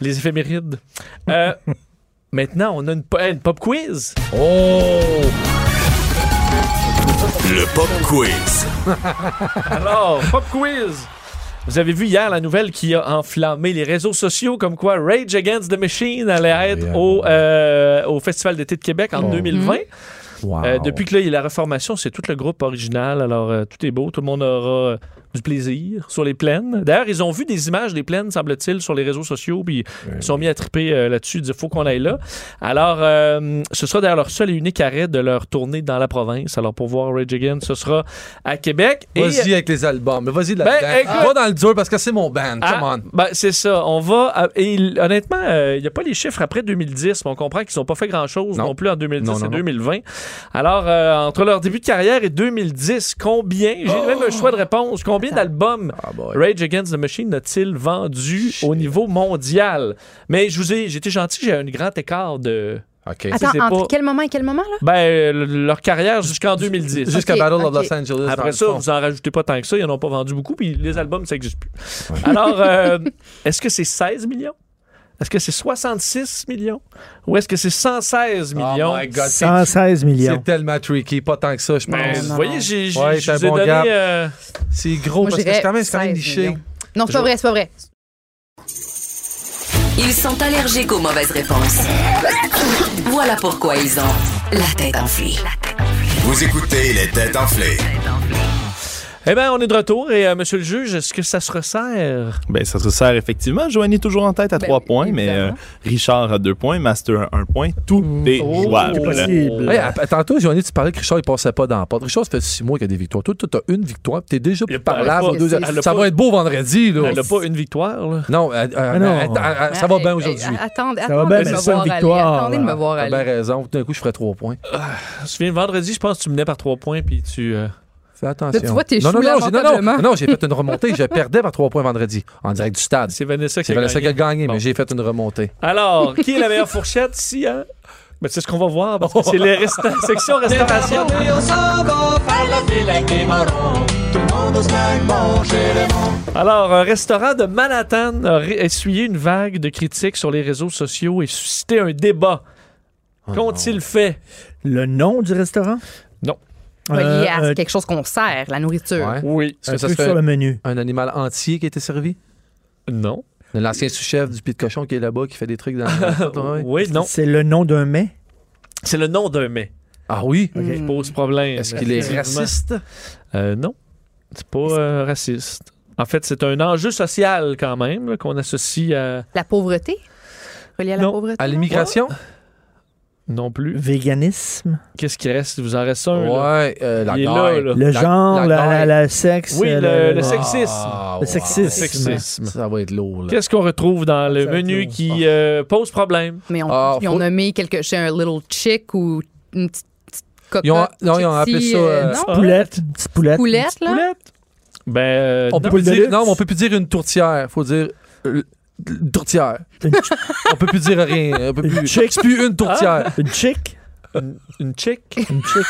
les éphémérides. Euh, maintenant, on a une, po- une pop quiz. Le Pop Quiz. Alors, pop quiz. Vous avez vu hier la nouvelle qui a enflammé les réseaux sociaux comme quoi Rage Against the Machine Ah, allait être au, euh, au Festival d'été de Québec en 2020. Oh. Mhm. Wow. Euh, depuis que là, il y a la reformation, c'est tout le groupe original. Alors, euh, tout est beau. Tout le monde aura euh, du plaisir sur les plaines. D'ailleurs, ils ont vu des images des plaines, semble-t-il, sur les réseaux sociaux. Puis, Eh ils sont mis à triper euh, là-dessus. Ils disent, faut qu'on aille là. Alors, euh, ce sera d'ailleurs leur seul et unique arrêt de leur tournée dans la province. Alors, pour voir Rage Again, ce sera à Québec. Et, Vas-y avec les albums. Mais vas-y là-dedans. Ben, écoute- Va dans le dur parce que c'est mon band. ah, Come on. ben, c'est ça. On va. à- et il- honnêtement, euh, il n'y a pas les chiffres après 2010, mais on comprend qu'ils n'ont pas fait grand-chose non. Non. plus en 2010 Non, non, et non. 2020. Alors, euh, entre leur début de carrière et 2010, combien, j'ai même un choix de réponse, combien d'albums Oh! Ah, boy. Rage Against the Machine a-t-il vendu au niveau mondial? Mais je vous ai, j'étais gentil, j'ai un grand écart de. OK. Attends, c'est entre pas- quel moment et quel moment, Oh, là? Ben, euh, leur carrière jusqu'en 2010. Jusqu'à Ok, Battle ok. of Los Angeles. dans Après le ça, fond. vous en rajoutez pas tant que ça. Ils n'en ont pas vendu beaucoup, puis les albums, ça n'existe plus. Alors, *laughs* euh, est-ce que c'est 16 millions? Est-ce que c'est 66 millions? Ou est-ce que c'est 116 millions? Oh my God, c'est- 116 millions. C'est tellement tricky, pas tant que ça, je pense. Ben, Non, vous non, voyez, non. j'ai, j'ai- Ouais, je t'as un vous ai bon donné... gap. euh, C'est gros Moi, parce que j'irais c'est quand même, c'est quand même 16 niché. millions. Non, c'est pas vrai, c'est pas vrai. Ils sont allergiques aux mauvaises réponses. Voilà pourquoi ils ont la tête enflée. Vous écoutez les têtes enflées. Eh bien, on est de retour. Et, euh, monsieur le juge, est-ce que ça se resserre? Ben, ça se sert effectivement. Joanie est toujours en tête à Ben trois oui, points, mais euh, évidemment. Richard à deux points, Master à un point. Tout est Oh, jouable. C'est possible. Hey, à- à- tantôt, Joanny, tu parlais que Richard, il passait pas dans la porte. Richard, ça fait six mois qu'il y a des victoires. Toi, tu as une victoire, puis t'es déjà Il a pas- parlable. elle a aux deux- pas- elle a Ça pas- va être beau vendredi, là. Elle n'a pas une victoire, là. Non, euh, euh, Mais Ah non. Ah, attends, euh, ça va Hey, bien hey, aujourd'hui. Attendez, attendez va de bien, mais me c'est une voir aller. victoire, Attendez de là. me voir T'as bien aller. raison. Tout d'un coup, je ferais trois points. Je me souviens, vendredi, je pense que tu menais par trois points, puis tu... euh, Fais attention. tu vois, t'es non, choué non, non, j'ai- non, non, lamentablement. non, j'ai fait une remontée. Je perdais par trois points vendredi, en direct du stade. c'est Vanessa qui C'est a Vanessa qui gagné. a gagné, Bon. mais j'ai fait une remontée. Alors, qui est la meilleure fourchette ici? Hein? Ben, c'est ce qu'on va voir parce que c'est les resta- section restauration. Alors, un restaurant de Manhattan a ré- essuyé une vague de critiques sur les réseaux sociaux et suscité un débat. Qu'ont-ils fait? Le nom du restaurant? Non. Euh, Relié à euh, quelque chose qu'on sert, la nourriture. Ouais. Oui. Est-ce que ça un truc serait sur le menu. un animal entier qui a été servi? Non. L'ancien sous-chef du pied de cochon *laughs* qui est là-bas, qui fait des trucs dans le. *laughs* Ouais. Oui, non. C'est le nom d'un mets. C'est le nom d'un mets. Ah oui? qui pose problème. Est-ce qu'il est Effectivement. raciste? Euh, non, c'est pas euh, raciste. En fait, c'est un enjeu social quand même là, qu'on associe à La pauvreté? Relié à la Non, pauvreté? À l'immigration? non plus. Véganisme, Qu'est-ce qui reste Il Vous en reste un. là. Ouais, euh, la Il est guerre. là, là. le La- genre, la le- la- guerre. le sexe. Oui, euh, le, le le- sexisme. Ah, Le wow. sexisme. Sexisme. Ça va être lourd, là. Qu'est-ce qu'on retrouve dans le Ça, menu tout. qui euh, pose problème Mais on, Ah, ils ont faut- nommé quelque chose, un little chick ou une petite, petite cocotte. Ils ont- non, ils ont appelé petit, ça, euh, non, Ah, Poulette, une petite poulette. poulette, là. Poulette? Ben, euh, On non. peut plus de dire, luxe. non, mais on peut plus dire une tourtière. Faut dire euh, une tourtière. Une on peut plus dire rien. On peut Une plus. chick. C'est plus une Ah. tourtière. Une chick. une, une chick. Une chick.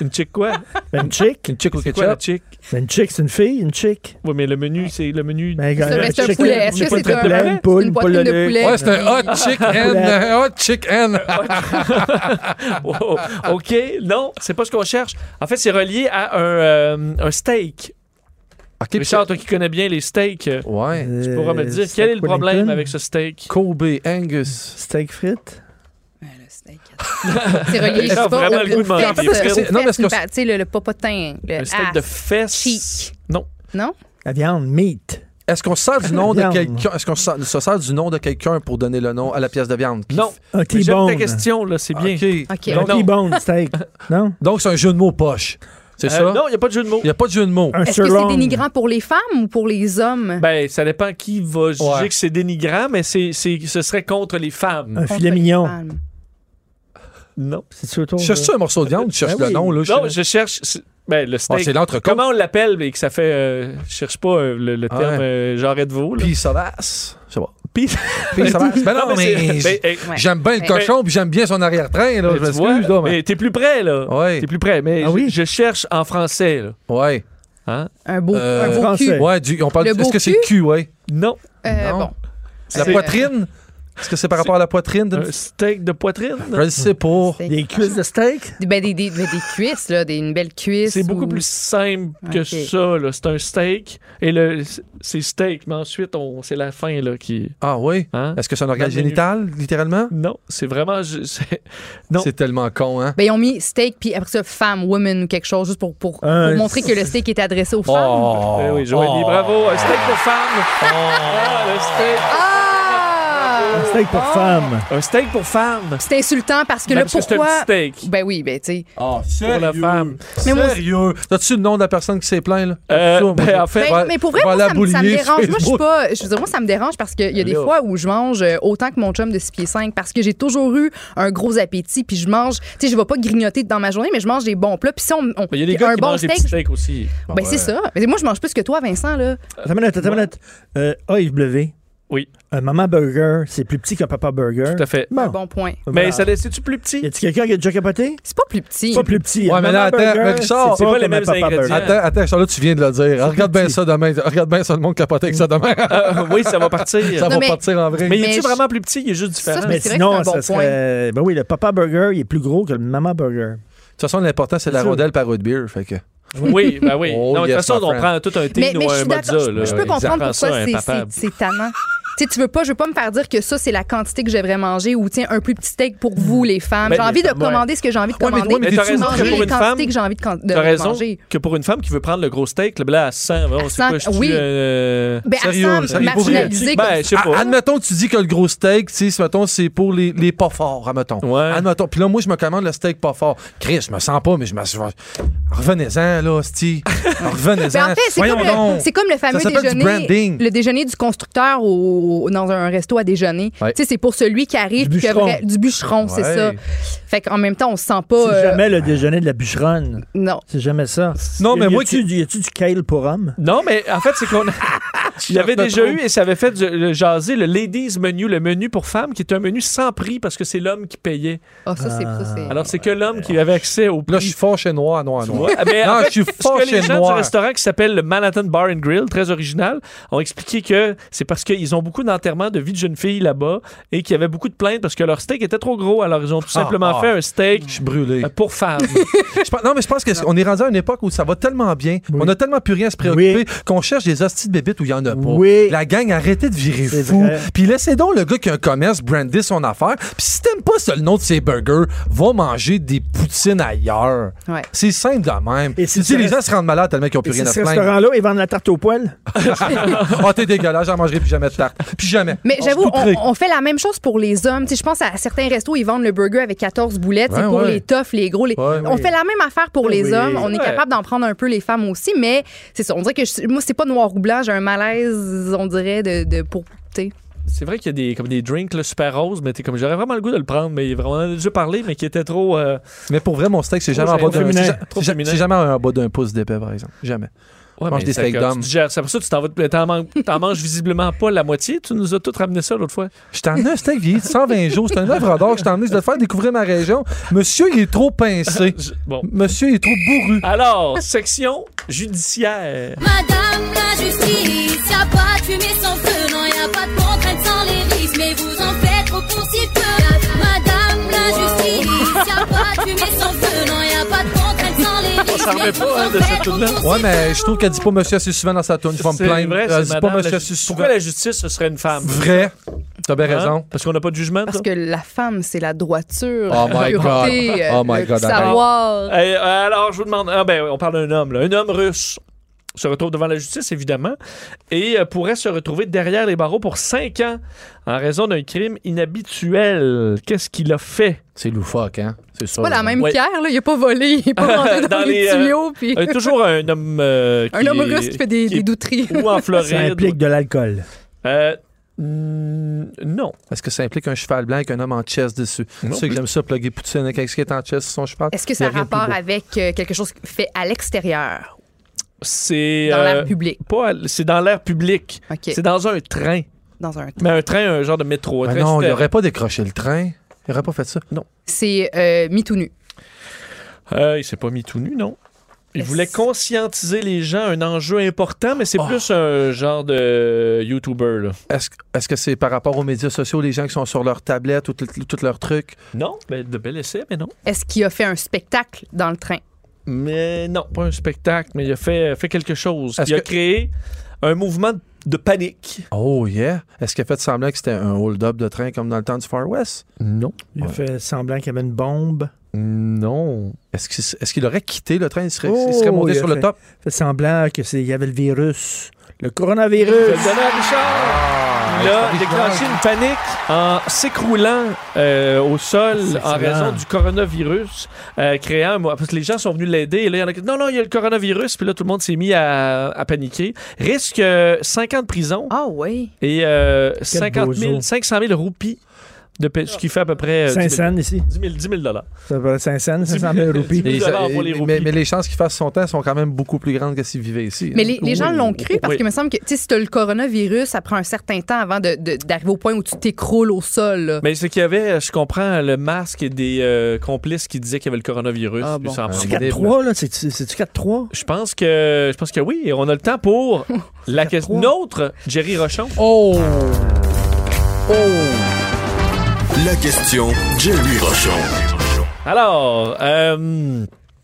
Une chick quoi? Ben, une chick. Une chick au C'est quoi la ketchup. chick? Ben, une chick, c'est une fille, une chick. Oui, mais le menu, c'est le menu. *laughs* Ben, Ça, mais c'est un chick- poulet. Est-ce j'ai que pas c'est de un- poulet, c'est une poule, une une poitrine poule de de lait. poulet? Ouais, c'est un *laughs* hot chicken. un hot chicken. Ah, Wow. Oh, OK, non, c'est pas ce qu'on cherche. En fait, c'est relié à un, euh, un steak. ok, Richard, toi qui connais bien les steaks, euh, Ouais. tu pourras me dire quel est le problème avec ce steak? Kobe, Angus. Steak frites? Ouais, le steak. *laughs* C'est relié, Ils je ont sais pas, vraiment au- le goût de aux manger. fesses, Parce que aux c'est- non, fesses, parce que une c'est- pa- tu sais, le, le popotin, le Un steak Ah, as. de fesses? Chic. Non. Non? La viande, meat. Est-ce qu'on se sert du nom de Viande. quelqu'un? Est-ce qu'on se sert- se sert du nom de quelqu'un pour donner le nom à la pièce de viande? Non. Un Mais J'aime ta T-bone. question, là, c'est bien. Ok. OK. Un Non. T-bone steak. Non? Donc, c'est un jeu de mots poche. C'est Euh, ça? non, il n'y a pas de jeu de mots. Il n'y a pas de jeu de mots. Un Est-ce que c'est sirloin. dénigrant pour les femmes ou pour les hommes? Ben, ça dépend qui va juger Ouais. que c'est dénigrant, mais c'est, c'est- ce serait contre les femmes. Un Contre euh, filet les mignon. femmes. Euh, Non. C'est autour Tu cherches de- un morceau de viande? Tu cherches Ben le oui. nom, là? je- Non, je cherche. c'est- Ben, le Ah, steak. c'est l'entrecôte. Comment on l'appelle et que ça fait. euh, je cherche pas euh, le, le Ah terme ouais. euh, genre de veau. là. Puis savasse. Je *laughs* sais pas. Puis- Puis savasse. *laughs* Ben non, mais. c'est- ben, hey, Ouais. J'aime bien le Ouais. cochon, puis j'aime bien son arrière-train, là. ben, Je tu vois, m'excuse, là, mais. mais t'es plus près, là. Ouais. T'es plus près. Mais Ah je- oui? je, cherche en français, là. Ouais. Hein? Un beau, Euh, un beau cul. français. Ouais, du- on parle. Le Est-ce beau que c'est le cul, ouais? Non. Euh, Non. bon. La C'est- euh, poitrine? Est-ce que c'est par rapport à la poitrine? d'une- Un steak de poitrine? Je le sais pas. Steak. Des cuisses de steak? Ben, des, des, ben, des cuisses, là, des, une belle cuisse. C'est beaucoup ou- plus simple que Ok. ça, là. C'est un steak. Et le, c'est steak, mais ensuite, on, c'est la fin, là, qui. Ah oui? Hein? Est-ce que c'est un organe Dans le génital, littéralement? Non, c'est vraiment. ju- *laughs* c'est- Non. C'est tellement con, hein? Ben, ils ont mis steak, puis après ça, femme, woman ou quelque chose, juste pour, pour, pour Euh, montrer que le steak est adressé aux femmes. Oh! Eh oui, Joanie, Oh! bravo. Un steak pour femme. Ah, le steak. Un Ah! steak pour Ah! femme. Un steak pour femme. C'est insultant parce que Ben, là, parce que c'est un pourquoi. petit steak. Ben oui, ben, tu sais. Ah, Pour sérieux? la femme. Mais moi- Sérieux? T'as-tu le nom de la personne qui s'est plaint, là? Euh, Ça, moi, ben, je- en fait- Ben, Va- mais pour vrai, va moi, la ça, me- ça me bouliner sur dérange. Moi, je suis Facebook. pas. Je veux dire, moi, ça me dérange parce qu'il y a des Ben Là. fois où je mange euh, autant que mon chum de 6 pieds 5 parce que j'ai toujours eu un gros appétit, puis je mange. Tu sais, je vais pas grignoter dans ma journée, mais je mange des bons plats. Puis si on. on- Mais Ben, il y a des puis gars un qui bon mangent des steak. petits steaks aussi. ben, c'est ça. Mais moi, je mange plus que toi, Vincent, là. Attends une minute, attends une minute. Euh, AW. Oui. Un Euh, maman burger, c'est plus petit qu'un papa burger. Tout à fait. Bon. Un bon point. Mais ça c'est-tu plus Y petit? a-t-il quelqu'un qui a déjà capoté? C'est pas plus petit. C'est pas plus petit. Ouais, Un mais maman là, attends, burger, mais Richard, c'est c'est pas les comme un mêmes papa ingrédients. Ah, burger. Attends, attends, Charles, tu viens de le dire. Regarde bien petit. ça demain. Regarde bien ça, le monde capoter avec ça demain. Ah, oui, ça va partir. *laughs* ça va mais- partir en vrai. Mais il Mais est-tu je- vraiment plus petit? Il est juste différent. Ça, Mais c'est vrai sinon, que c'est un ça bon serait. Ben oui, le papa burger, il est plus gros que le maman burger. De toute façon, l'important, c'est la sûr. rodelle par root beer. Fait que... Oui, ben oui. non, Oh, de toute yes, façon, my on friend. prend tout un Mais, thé mais ou je un suis d'accord. mozza. Je- là. Je peux Ils comprendre apprennent ça à pourquoi un c'est- c'est papable. c'est tannant. Tu sais, tu veux pas, je veux pas me faire dire que ça, c'est la quantité que j'aimerais manger ou tiens, un plus petit steak pour vous, les femmes. Ben, J'ai envie de ouais. commander ce que j'ai envie de Ouais, mais- commander. ouais, mais Mais t'as tu raison manges que manger pour les une femme, quantités que j'ai envie de, de t'as raison manger. que pour une femme qui veut prendre le gros steak, le blé à 100, on sait 100, pas, je euh, oui. Ben, à Sérieux, ça, sérieux, pour vrai. marginaliser Ben, comme je sais Ah, pas. admettons, tu dis que le gros steak, tu sais, mettons, c'est pour les, les pas forts, admettons. Ouais. Admettons. Puis là, moi, je me commande le steak pas fort. Chris, je me sens pas, mais je me suis. Revenez-en, *laughs* là, Sty. Revenez-en. Ben, en fait, c'est Voyons comme, donc. le, c'est comme le fameux s'appelle du déjeuner, branding. le déjeuner du constructeur au, au- dans un resto à déjeuner. Ouais. Tu sais, c'est pour celui qui arrive Du puis qui a bûcheron. vrai- du bûcheron, c'est Ouais. ça. Fait qu'en même temps, on se sent pas. C'est euh, jamais le déjeuner de la bûcheronne. Non. C'est jamais ça. Non, mais Y moi a-tu du- Y a-tu du kale pour homme? Non, mais en fait, c'est qu'on. *laughs* Il y avait déjà eu et ça avait fait du- le jaser le ladies menu, le menu pour femmes, qui est un menu sans prix parce que c'est l'homme qui payait. Ah, ça, c'est. ça, c'est- Alors, c'est que l'homme qui avait accès au prix. Là, je suis fort chez noir, noir, noir. Ouais, mais en *laughs* Non, fait, je suis ce fort que les chez gens noir. du restaurant qui s'appelle le Manhattan Bar and Grill, très original, ont expliqué que c'est parce qu'ils ont beaucoup d'enterrements de vie de jeunes filles là-bas et qu'il y avait beaucoup de plaintes parce que leur steak était trop gros. Alors, ils ont tout simplement ah. fait un steak Je suis brûlé. euh, pour femmes. *laughs* Je pense- non, mais je pense qu'on est rendu à une époque où ça va tellement bien. On a tellement plus rien à se préoccuper qu'on cherche des hosties de bébites où il y en a là, pour Oui. la gang, arrêtez de virer C'est fou. vrai. Puis laissez donc le gars qui a un commerce brander son affaire. Puis si t'aimes pas ça, le nom de ses burgers, va manger des poutines ailleurs. Ouais. C'est simple de même. Et si Tu sais, tu les restes- gens se rendent malades tellement qu'ils ont plus Et rien c'est à ce se plaindre. restaurant-là, ils vendent la tarte au poil. oh, t'es dégueulasse, j'en mangerai plus jamais de tarte. Plus jamais. Mais On se j'avoue, goûterait. on, on fait la même chose pour les hommes. Tu sais, je pense à certains restos, ils vendent le burger avec 14 boulettes. Ouais, c'est pour ouais. les toughs, les gros. les- Ouais, on fait la même affaire pour les oui. hommes. On est Ouais. capable d'en prendre un peu les femmes aussi, mais c'est ça. On dirait que je- moi, c'est pas noir ou blanc. J'ai un malaise, on dirait, de, de pour. tu sais. C'est vrai qu'il y a des, comme des drinks là, super roses, mais t'es comme j'aurais vraiment le goût de le prendre, mais on en a déjà parlé, mais qui était trop. euh, Mais pour vrai, mon steak, c'est jamais en Trop bas d'un féminin. c'est ja- Trop c'est ja- féminin. c'est jamais en bas d'un pouce d'épais, par exemple. Jamais. Ouais, Mange mais des ça steaks que- d'hommes. tu digères ça. Après ça, tu t'en vas de- t'en manges, t'en manges visiblement pas la moitié. Tu nous as tous ramené ça l'autre fois. Je t'ai emmené un steak vieilli de 120 jours. C'est un œuvre d'or que je t'ai emmené. Je dois te faire découvrir ma région. Monsieur, il est trop pincé. Je- Bon. Monsieur, il est trop bourru. Alors, section judiciaire. Madame la justice, y a pas de fumée sans feu, non y a pas de contrainte sans les risques, mais vous en faites trop pour si peu. Madame la justice, y a pas de fumée sans feu, non y a pas de contrainte sans les risques, s'en mais remet vous pas, hein, en de cette faites trop tournée. pour si Ouais, mais peu. je trouve qu'elle dit pas monsieur assez souvent dans sa tourne. Je vais me C'est plaindre. vrai, Elle c'est dit pas madame monsieur la assez justice. souvent. Pourquoi la justice, ce serait une femme? Vrai. T'as bien Hein? raison. Parce qu'on n'a pas de jugement. Parce ça? que la femme, c'est la droiture, Oh la my God. pureté, euh, Oh my le God, arrête. savoir. Eh, euh, alors, je vous demande. Ah, ben, on parle d'un homme, là. Un homme russe se retrouve devant la justice, évidemment, et euh, pourrait se retrouver derrière les barreaux pour 5 ans en raison d'un crime inhabituel. Qu'est-ce qu'il a fait? C'est loufoque, hein? C'est sûr. Pas la même Ouais. pierre, là. Il a pas volé, il est *laughs* pas rentré dans, Dans les, les, euh, tuyaux. puis- *laughs* Euh, toujours un homme. euh, un qui homme est- russe qui fait des, qui est- des *laughs* douteries. Ou *laughs* en Floride. Ça implique de l'alcool. Euh, n- non. Est-ce que ça implique un cheval blanc avec un homme en chess dessus? Tu sais que j'aime ça, plugger Poutine avec ce qui est en chess sur son cheval. Est-ce que Y ça a a rien de plus rapport beau. avec euh, quelque chose fait à l'extérieur, C'est. dans euh, l'air public? pas à l- c'est dans l'air public. OK. C'est dans un train. Dans un Mais un train, un genre de métro. Un Ben train non, il super- n'aurait pas décroché le train. Il n'aurait pas fait ça. Non. C'est euh, mis tout nu. Euh, il s'est pas mis tout nu, non. Il Est-ce- voulait conscientiser les gens, un enjeu important, mais c'est plus un genre de euh, YouTuber, là. Est-ce est-ce que c'est par rapport aux médias sociaux, les gens qui sont sur leur tablette ou tout, tout leur truc? Non, ben, de bel essai, mais non. Est-ce qu'il a fait un spectacle dans le train? Mais non, pas un spectacle, mais il a fait, fait quelque chose. Est-ce Il a que- créé un mouvement de panique. Oh yeah! Est-ce qu'il a fait semblant que c'était un hold-up de train comme dans le temps du Far West? Non. Il a fait semblant qu'il y avait une bombe. Non. Est-ce qu'il est-ce qu'il aurait quitté le train? Il serait, il Oh, serait monté il a sur le fait- top? Il fait semblant qu'il y avait le virus. Le Je coronavirus. vais le donner à Richard. Il a déclenché une panique en s'écroulant euh, au sol C'est en excellent. raison du coronavirus, euh, créant un mo- parce que les gens sont venus l'aider. Et là, il y en a qui non, non, il y a le coronavirus, puis là, tout le monde s'est mis à, à paniquer. Risque euh, 5 ans de prison Ah oui. et euh, 50 000, bozo. 500 000 roupies, de, pa- ce qui fait à peu près euh, 10 000 500 ici. 10 000, 10 000 dollars. Ça va 500, 500 000 roupies. Plus Et ça- d'avant pour les mais- roupies. mais, mais les chances qu'il fasse son temps sont quand même beaucoup plus grandes que s'il vivait ici. hein. Mais les, les gens Oui. l'ont cru parce Oui. qu'il me semble que tu sais, si tu le coronavirus, ça prend un certain temps avant de- de- d'arriver au point où tu t'écroules au sol. là. Mais ce qu'il y avait, je comprends, le masque et des euh, complices qui disaient qu'il y avait le coronavirus. Ah puis bon. ça en C'est prend- quatre- 4-3, là. c'est- c'est- C'est-tu 4-3? Je pense que je pense que oui, et on a le temps *laughs* pour la question notre Jerry Rochon. Oh! La question Jerry Rochon. Alors, euh,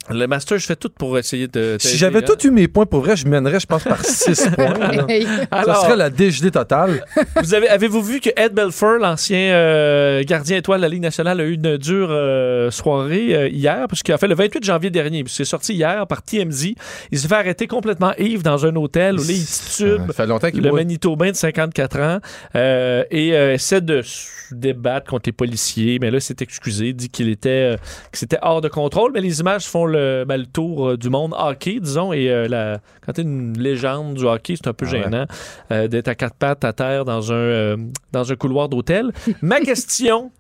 le master, je fais tout pour essayer de. Si t'aider, j'avais hein. tout eu mes points pour vrai, je mènerais, je *laughs* pense, par 6 points. là. Hey. Alors, ça serait la DGD totale. vous avez avez-vous vu que Ed Belfour, l'ancien euh, gardien étoile de la Ligue nationale, a eu une dure euh, soirée euh, hier, puisqu'il a fait le 28 janvier dernier, puis c'est sorti hier par TMZ. Il s'est fait arrêter complètement ivre dans un hôtel où là, il titube. Ça fait longtemps qu'il le boit. Manitobain de 54 ans euh, et euh, essaie de se débattre contre les policiers, mais là s'est excusé, dit qu'il était euh, que c'était hors de contrôle, mais les images font le, ben, le tour euh, du monde hockey, disons, et euh, la, quand t'es une légende du hockey, c'est un peu Ah ouais. gênant euh, d'être à quatre pattes à terre dans un euh, dans un couloir d'hôtel. Ma question.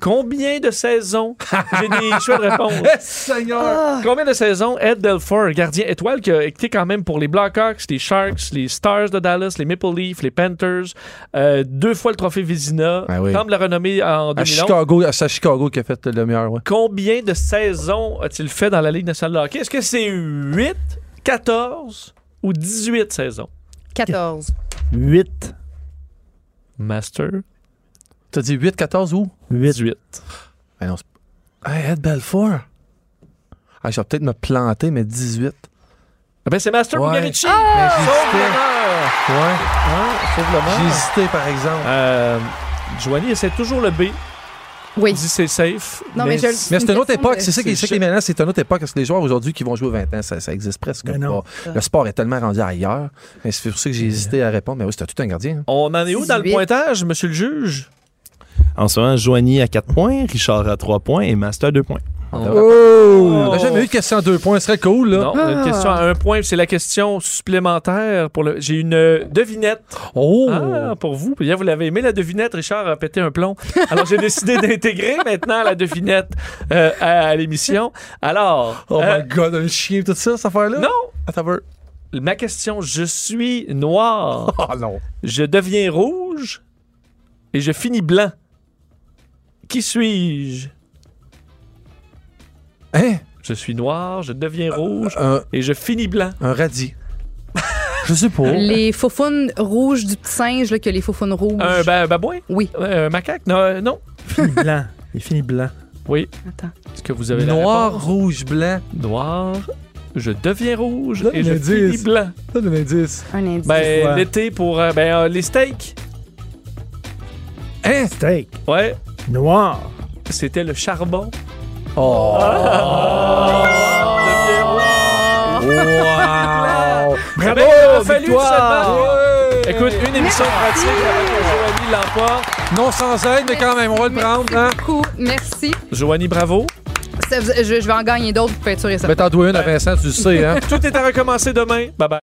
Combien de saisons? J'ai des choix de réponse. Ah. Combien de saisons Ed Delfour, gardien étoile, qui a été quand même pour les Blackhawks, les Sharks, les Stars de Dallas, les Maple Leafs, les Panthers, euh, deux fois le trophée Vézina, Ah oui. temple de la renommée en À 2011. Chicago, c'est à Chicago qui a fait le meilleur. Ouais. Combien de saisons a-t-il fait dans la Ligue nationale de hockey? Est-ce que c'est 8, 14 ou 18 saisons? 14. 8. Master, T'as dit 8, 14 ou? 8. 18. Ben non, c'est- Hey, Ed Belfour. Ah, je vais peut-être me planter, mais 18. Ah Ben c'est Master Ouais. Ah! Bugarici! Mais j'hésitais. Sauf erreur. Ouais. Ouais, Ah, sauve le mort. J'ai hésité, par exemple. Euh, Joanie essaie toujours le B. Oui. dit c'est safe. Non, mais je le- Mais c'est une autre question époque, de- c'est ça qui c'est c'est ça qui est maintenant, c'est une autre époque, parce que les joueurs aujourd'hui qui vont jouer 20 ans, ça, ça existe presque Mais non. pas. Ah. Le sport est tellement rendu ailleurs, mais c'est pour ça que j'ai hésité à répondre, mais oui, c'était tout un gardien. hein. On en est où dans le 18? pointage, monsieur le juge? En ce moment, Joanie à 4 points, Richard à 3 points et Master à 2 points. On n'a jamais eu de question à deux points, ce serait cool, là. Oh. Non, on a une Ah. question à un point, puis c'est la question supplémentaire. pour le. J'ai une euh, devinette Oh! Ah, pour vous. Puis, vous l'avez aimé, la devinette. Richard a pété un plomb. Alors, j'ai *laughs* décidé d'intégrer maintenant la devinette euh, à, à l'émission. Alors, Oh euh, my god, un chien, tout ça, cette affaire-là? non! Attends, un peu. Ma question, je suis *laughs* noir, Ah non. je deviens rouge et je finis blanc. Qui suis-je? Hein? Je suis noir, je deviens rouge Un, et je finis blanc. un radis. Je sais Oh. pas. Les faufounes rouges du petit singe, là, que les faufounes rouges. Un Euh, ba- babouin? Oui. Un macaque? Non, euh, non. Il finit blanc. Il finit blanc. Oui. Attends. Est-ce que vous avez la Noir, réponse? rouge, blanc. Noir, je deviens rouge Donne et je le finis dix. blanc. Donne un indice. Un indice. Ben, Ouais. l'été pour euh, ben, euh, les steaks. Hein? Steak. Ouais, Noir. c'était le charbon. Ah! Oh! *laughs* Wow! Bravo, victoire! Écoute, une émission pratique avec que Joanie l'emporte. Non sans aide, mais quand même, on va le prendre, hein? Merci beaucoup. Merci. Joanie, bravo. Ça, vous- je, je vais en gagner d'autres, vous pouvez être sûr et certain. Mais t'en dois une à Vincent, tu le sais, hein? Tout est à recommencer demain. Bye bye.